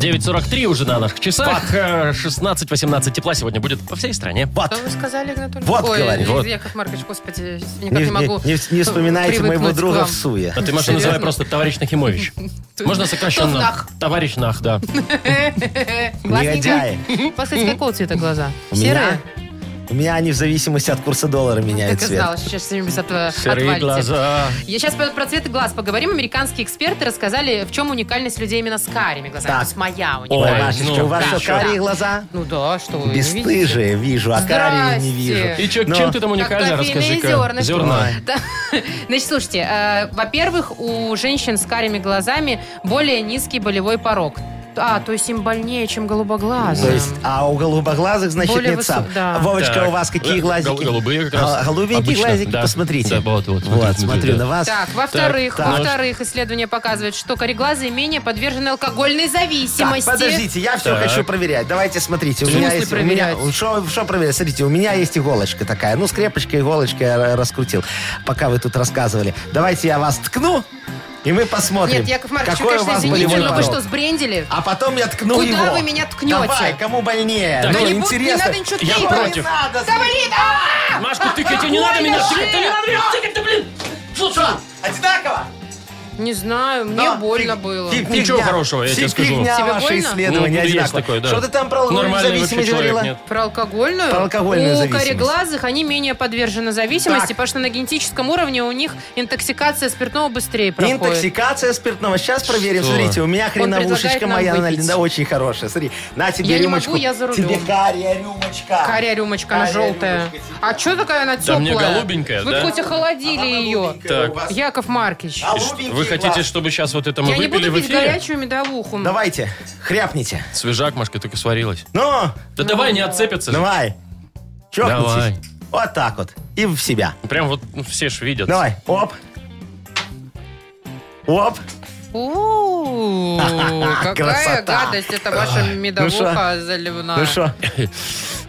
[SPEAKER 2] 9.43 уже на наших часах. Э, 16-18 тепла сегодня будет по всей стране.
[SPEAKER 3] Что вы сказали, Игнат Ольгович?
[SPEAKER 4] Вот,
[SPEAKER 3] Ой,
[SPEAKER 4] говорит.
[SPEAKER 2] Вот.
[SPEAKER 3] Яков Маркович, господи, никак
[SPEAKER 4] Не,
[SPEAKER 3] не, могу
[SPEAKER 4] не- не- не вспоминайте
[SPEAKER 3] привыкнуть
[SPEAKER 4] моего
[SPEAKER 3] к
[SPEAKER 4] друга
[SPEAKER 3] вам.
[SPEAKER 4] в суе.
[SPEAKER 2] А ты, Маша,
[SPEAKER 3] Серьезно?
[SPEAKER 2] называй просто товарищ Нахимович. Можно сокращенно.
[SPEAKER 3] Нах.
[SPEAKER 2] Товарищ Нах, да.
[SPEAKER 3] Классненько.
[SPEAKER 4] Негодяи.
[SPEAKER 3] У вас, кстати, какого цвета глаза?
[SPEAKER 4] У
[SPEAKER 3] Серые?
[SPEAKER 4] меня, у меня они в зависимости от курса доллара меняют
[SPEAKER 3] Так и
[SPEAKER 4] цвет.
[SPEAKER 3] знала, что сейчас что-нибудь от-
[SPEAKER 2] Серые
[SPEAKER 3] отвалите.
[SPEAKER 2] глаза.
[SPEAKER 3] Я сейчас про про цвет глаз поговорим. Американские эксперты рассказали, в чем уникальность людей именно с карими глазами.
[SPEAKER 4] Так.
[SPEAKER 3] То есть моя
[SPEAKER 4] Ой,
[SPEAKER 2] Ой,
[SPEAKER 3] уникальность.
[SPEAKER 4] Машечка,
[SPEAKER 2] ну,
[SPEAKER 4] у вас
[SPEAKER 3] да,
[SPEAKER 4] что, карие
[SPEAKER 3] да.
[SPEAKER 4] глаза?
[SPEAKER 3] Ну да, что вы не видите?
[SPEAKER 4] Бесстыжие, вижу, а карие не вижу.
[SPEAKER 3] Здрасте.
[SPEAKER 2] И чё,
[SPEAKER 4] Но-
[SPEAKER 2] чем ты там уникальна,
[SPEAKER 3] Как кофейные
[SPEAKER 2] расскажи-ка.
[SPEAKER 3] зернышки.
[SPEAKER 2] Зерна.
[SPEAKER 4] Ой.
[SPEAKER 3] Да. Значит, слушайте, э, во-первых, у женщин с карими глазами более низкий болевой порог. А, то есть им больнее, чем голубоглазым.
[SPEAKER 4] То есть, а у голубоглазых, значит,
[SPEAKER 3] Более
[SPEAKER 4] нет сам.
[SPEAKER 3] высо- да.
[SPEAKER 4] Вовочка,
[SPEAKER 2] Так.
[SPEAKER 4] у вас какие
[SPEAKER 2] Гол-
[SPEAKER 4] глазики?
[SPEAKER 2] голубые как раз.
[SPEAKER 4] А, голубенькие
[SPEAKER 2] Обычно,
[SPEAKER 4] глазики,
[SPEAKER 2] да.
[SPEAKER 4] посмотрите.
[SPEAKER 2] Да, вот, вот, смотрите,
[SPEAKER 4] смотрю
[SPEAKER 2] да.
[SPEAKER 4] на вас.
[SPEAKER 3] Так, во-вторых,
[SPEAKER 4] так.
[SPEAKER 3] во-вторых, исследование показывает, что кореглазые менее подвержены алкогольной
[SPEAKER 4] Так,
[SPEAKER 3] зависимости.
[SPEAKER 4] подождите, я все
[SPEAKER 2] Так.
[SPEAKER 4] хочу проверять. Давайте, смотрите. У
[SPEAKER 3] В
[SPEAKER 4] меня
[SPEAKER 3] смысле
[SPEAKER 4] есть, у меня,
[SPEAKER 3] проверять?
[SPEAKER 4] что, что проверять? Смотрите, у меня есть иголочка такая. Ну, скрепочка, иголочка я ра- раскрутил, пока вы тут рассказывали. Давайте я вас ткну, и мы посмотрим,
[SPEAKER 3] Нет, Яков Маркович, вы,
[SPEAKER 4] какой у
[SPEAKER 3] конечно,
[SPEAKER 4] вас
[SPEAKER 3] извините,
[SPEAKER 4] болевой
[SPEAKER 3] но вы
[SPEAKER 4] порог.
[SPEAKER 3] что, сбрендили?
[SPEAKER 4] А потом я ткну
[SPEAKER 3] Куда
[SPEAKER 4] его.
[SPEAKER 3] вы меня ткнете?
[SPEAKER 4] Давай, кому больнее.
[SPEAKER 2] Да
[SPEAKER 4] ну,
[SPEAKER 2] не
[SPEAKER 3] буду, не
[SPEAKER 4] интересно.
[SPEAKER 3] надо ничего
[SPEAKER 2] Я
[SPEAKER 3] тыкать.
[SPEAKER 2] против.
[SPEAKER 4] надо,
[SPEAKER 3] Да блин, а!
[SPEAKER 2] Машку, тыкать, тебе не надо меня
[SPEAKER 3] больно
[SPEAKER 2] тыкать, да не
[SPEAKER 3] же!
[SPEAKER 2] надо меня тыкать, да блин! Что, что?
[SPEAKER 4] Одинаково?
[SPEAKER 3] Не знаю, мне
[SPEAKER 4] Да.
[SPEAKER 3] больно
[SPEAKER 4] Фиг-
[SPEAKER 3] было.
[SPEAKER 4] фиг-
[SPEAKER 2] Ничего
[SPEAKER 4] фигня.
[SPEAKER 2] хорошего, я тебе
[SPEAKER 4] Фиг-
[SPEAKER 2] скажу.
[SPEAKER 4] Фигня
[SPEAKER 3] Тебе
[SPEAKER 4] ваше
[SPEAKER 3] больно?
[SPEAKER 4] исследование
[SPEAKER 2] Ну, есть
[SPEAKER 4] одинаково.
[SPEAKER 2] такое, да.
[SPEAKER 4] Что ты там про
[SPEAKER 2] Нормальный вообще
[SPEAKER 4] зависимость
[SPEAKER 2] человек,
[SPEAKER 4] говорила?
[SPEAKER 2] нет.
[SPEAKER 3] Про алкогольную?
[SPEAKER 4] Про алкогольную
[SPEAKER 3] У
[SPEAKER 4] зависимость.
[SPEAKER 3] кореглазых они менее подвержены зависимости,
[SPEAKER 4] Так.
[SPEAKER 3] потому что на генетическом уровне у них интоксикация спиртного быстрее проходит.
[SPEAKER 4] Интоксикация спиртного. Сейчас проверим. Смотрите, у меня
[SPEAKER 3] предлагает
[SPEAKER 4] хреновушечка
[SPEAKER 3] нам
[SPEAKER 4] моя
[SPEAKER 3] выпить.
[SPEAKER 4] она, да, очень хорошая. Смотри, на тебе
[SPEAKER 3] Я не
[SPEAKER 4] рюмочку.
[SPEAKER 3] могу, я за рулем.
[SPEAKER 4] Тебе кария рюмочка.
[SPEAKER 3] Каря рюмочка, она
[SPEAKER 4] Каря
[SPEAKER 3] желтая.
[SPEAKER 4] рюмочка, типа.
[SPEAKER 3] А что такая она теплая?
[SPEAKER 2] мне голубенькая,
[SPEAKER 3] Вы
[SPEAKER 2] да?
[SPEAKER 3] хоть охолодили
[SPEAKER 4] Она
[SPEAKER 3] ее.
[SPEAKER 4] голубенькая
[SPEAKER 2] Так.
[SPEAKER 4] у вас.
[SPEAKER 3] Яков Маркич.
[SPEAKER 4] Голубенький
[SPEAKER 2] Вы хотите,
[SPEAKER 4] глаз.
[SPEAKER 2] чтобы сейчас вот это мы
[SPEAKER 3] Я не
[SPEAKER 2] выпили
[SPEAKER 3] буду
[SPEAKER 2] в
[SPEAKER 3] пить
[SPEAKER 2] эфире?
[SPEAKER 3] горячую медовуху.
[SPEAKER 4] Давайте, хряпните.
[SPEAKER 2] Свежак, Машка, только сварилась. Ну,
[SPEAKER 4] Ну,
[SPEAKER 2] Да давай, не отцепится. же.
[SPEAKER 4] давай. Чокнитесь.
[SPEAKER 2] Давай.
[SPEAKER 4] Вот так вот. И в себя.
[SPEAKER 2] Прям вот ну, все ж видят.
[SPEAKER 4] Давай. Оп. Оп.
[SPEAKER 3] У-у-у, Какая
[SPEAKER 4] Красота.
[SPEAKER 3] гадость, это ваша медовуха
[SPEAKER 4] Ну
[SPEAKER 3] заливная.
[SPEAKER 4] что,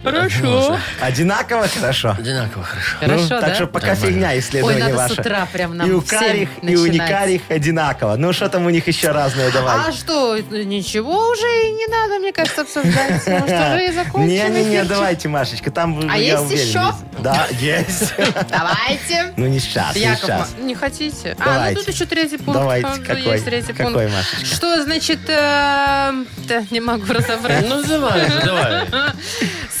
[SPEAKER 3] Хорошо.
[SPEAKER 4] одинаково хорошо?
[SPEAKER 2] Одинаково хорошо.
[SPEAKER 4] Ну,
[SPEAKER 3] Хорошо,
[SPEAKER 4] Так что
[SPEAKER 3] да?
[SPEAKER 4] пока фигня
[SPEAKER 3] Ой,
[SPEAKER 4] исследование
[SPEAKER 3] надо с
[SPEAKER 4] ваше.
[SPEAKER 3] утра прям нам
[SPEAKER 4] и у
[SPEAKER 3] всем
[SPEAKER 4] карих, и у
[SPEAKER 3] начинать.
[SPEAKER 4] некарих одинаково. Ну, что там у них еще разное, давай.
[SPEAKER 3] А что, ничего уже и не надо, мне кажется, обсуждать. Может, уже и закончим
[SPEAKER 4] Не-не-не,
[SPEAKER 3] эфирчик?
[SPEAKER 4] давайте, Машечка, там
[SPEAKER 3] А
[SPEAKER 4] я
[SPEAKER 3] есть
[SPEAKER 4] уверен,
[SPEAKER 3] еще?
[SPEAKER 4] есть. Да, есть.
[SPEAKER 3] Давайте.
[SPEAKER 4] Ну, не сейчас, не
[SPEAKER 3] Яков,
[SPEAKER 4] сейчас.
[SPEAKER 3] Ма- не хотите? А, ну
[SPEAKER 4] Давайте.
[SPEAKER 3] тут еще третий пункт.
[SPEAKER 4] Давайте,
[SPEAKER 3] Он же
[SPEAKER 4] какой-
[SPEAKER 3] есть третий
[SPEAKER 4] какой,
[SPEAKER 3] пункт.
[SPEAKER 4] Машечка?
[SPEAKER 3] Что значит... эм, да, не могу разобрать.
[SPEAKER 2] Ну давай, же, давай.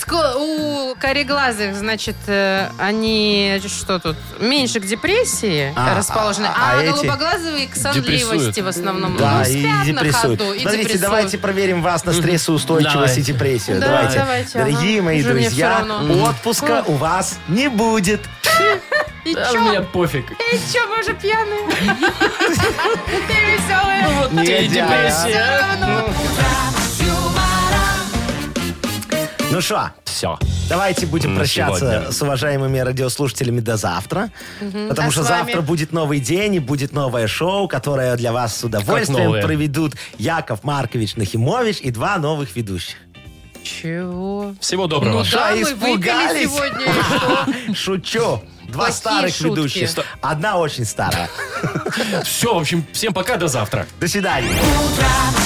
[SPEAKER 3] Ско- У кореглазых, значит, э, они что тут? Меньше к депрессии
[SPEAKER 4] А,
[SPEAKER 3] расположены,
[SPEAKER 4] а,
[SPEAKER 3] а,
[SPEAKER 4] а эти
[SPEAKER 3] голубоглазые к сонливости в основном.
[SPEAKER 4] Да,
[SPEAKER 3] Ну,
[SPEAKER 4] и
[SPEAKER 3] спят на
[SPEAKER 4] депрессуют.
[SPEAKER 3] ходу и
[SPEAKER 4] Смотрите,
[SPEAKER 3] депрессуют.
[SPEAKER 4] давайте проверим вас на стрессоустойчивость
[SPEAKER 2] Давай.
[SPEAKER 4] и депрессию.
[SPEAKER 3] Да,
[SPEAKER 4] давайте.
[SPEAKER 3] давайте, ага.
[SPEAKER 4] Дорогие мои
[SPEAKER 3] Уже мне
[SPEAKER 4] друзья,
[SPEAKER 3] всё равно.
[SPEAKER 4] отпуска у вас не будет.
[SPEAKER 3] И
[SPEAKER 2] Да,
[SPEAKER 3] чё?
[SPEAKER 2] мне пофиг.
[SPEAKER 3] И чё, мы уже пьяные? Ты веселые.
[SPEAKER 2] Вот тебе и
[SPEAKER 4] Негодяй, а.
[SPEAKER 2] депрессия.
[SPEAKER 4] Ну что,
[SPEAKER 2] Все.
[SPEAKER 4] давайте будем
[SPEAKER 2] На
[SPEAKER 4] прощаться
[SPEAKER 2] сегодня.
[SPEAKER 4] с уважаемыми радиослушателями до завтра. Потому
[SPEAKER 3] А
[SPEAKER 4] что
[SPEAKER 3] с вами?
[SPEAKER 4] завтра будет новый день и будет новое шоу, которое для вас с удовольствием
[SPEAKER 2] новое?
[SPEAKER 4] проведут Яков Маркович Нахимович и два новых ведущих.
[SPEAKER 3] Чего?
[SPEAKER 2] Всего доброго.
[SPEAKER 3] Ну да, мы выпили
[SPEAKER 4] испугались?
[SPEAKER 3] сегодня. и что?
[SPEAKER 4] Шучу. Два
[SPEAKER 3] Плохие
[SPEAKER 4] старых
[SPEAKER 3] шутки.
[SPEAKER 4] ведущих.
[SPEAKER 2] Ста-
[SPEAKER 4] Одна очень старая.
[SPEAKER 2] Ну, Все, в общем, всем пока, до завтра.
[SPEAKER 4] До свидания.
[SPEAKER 6] утро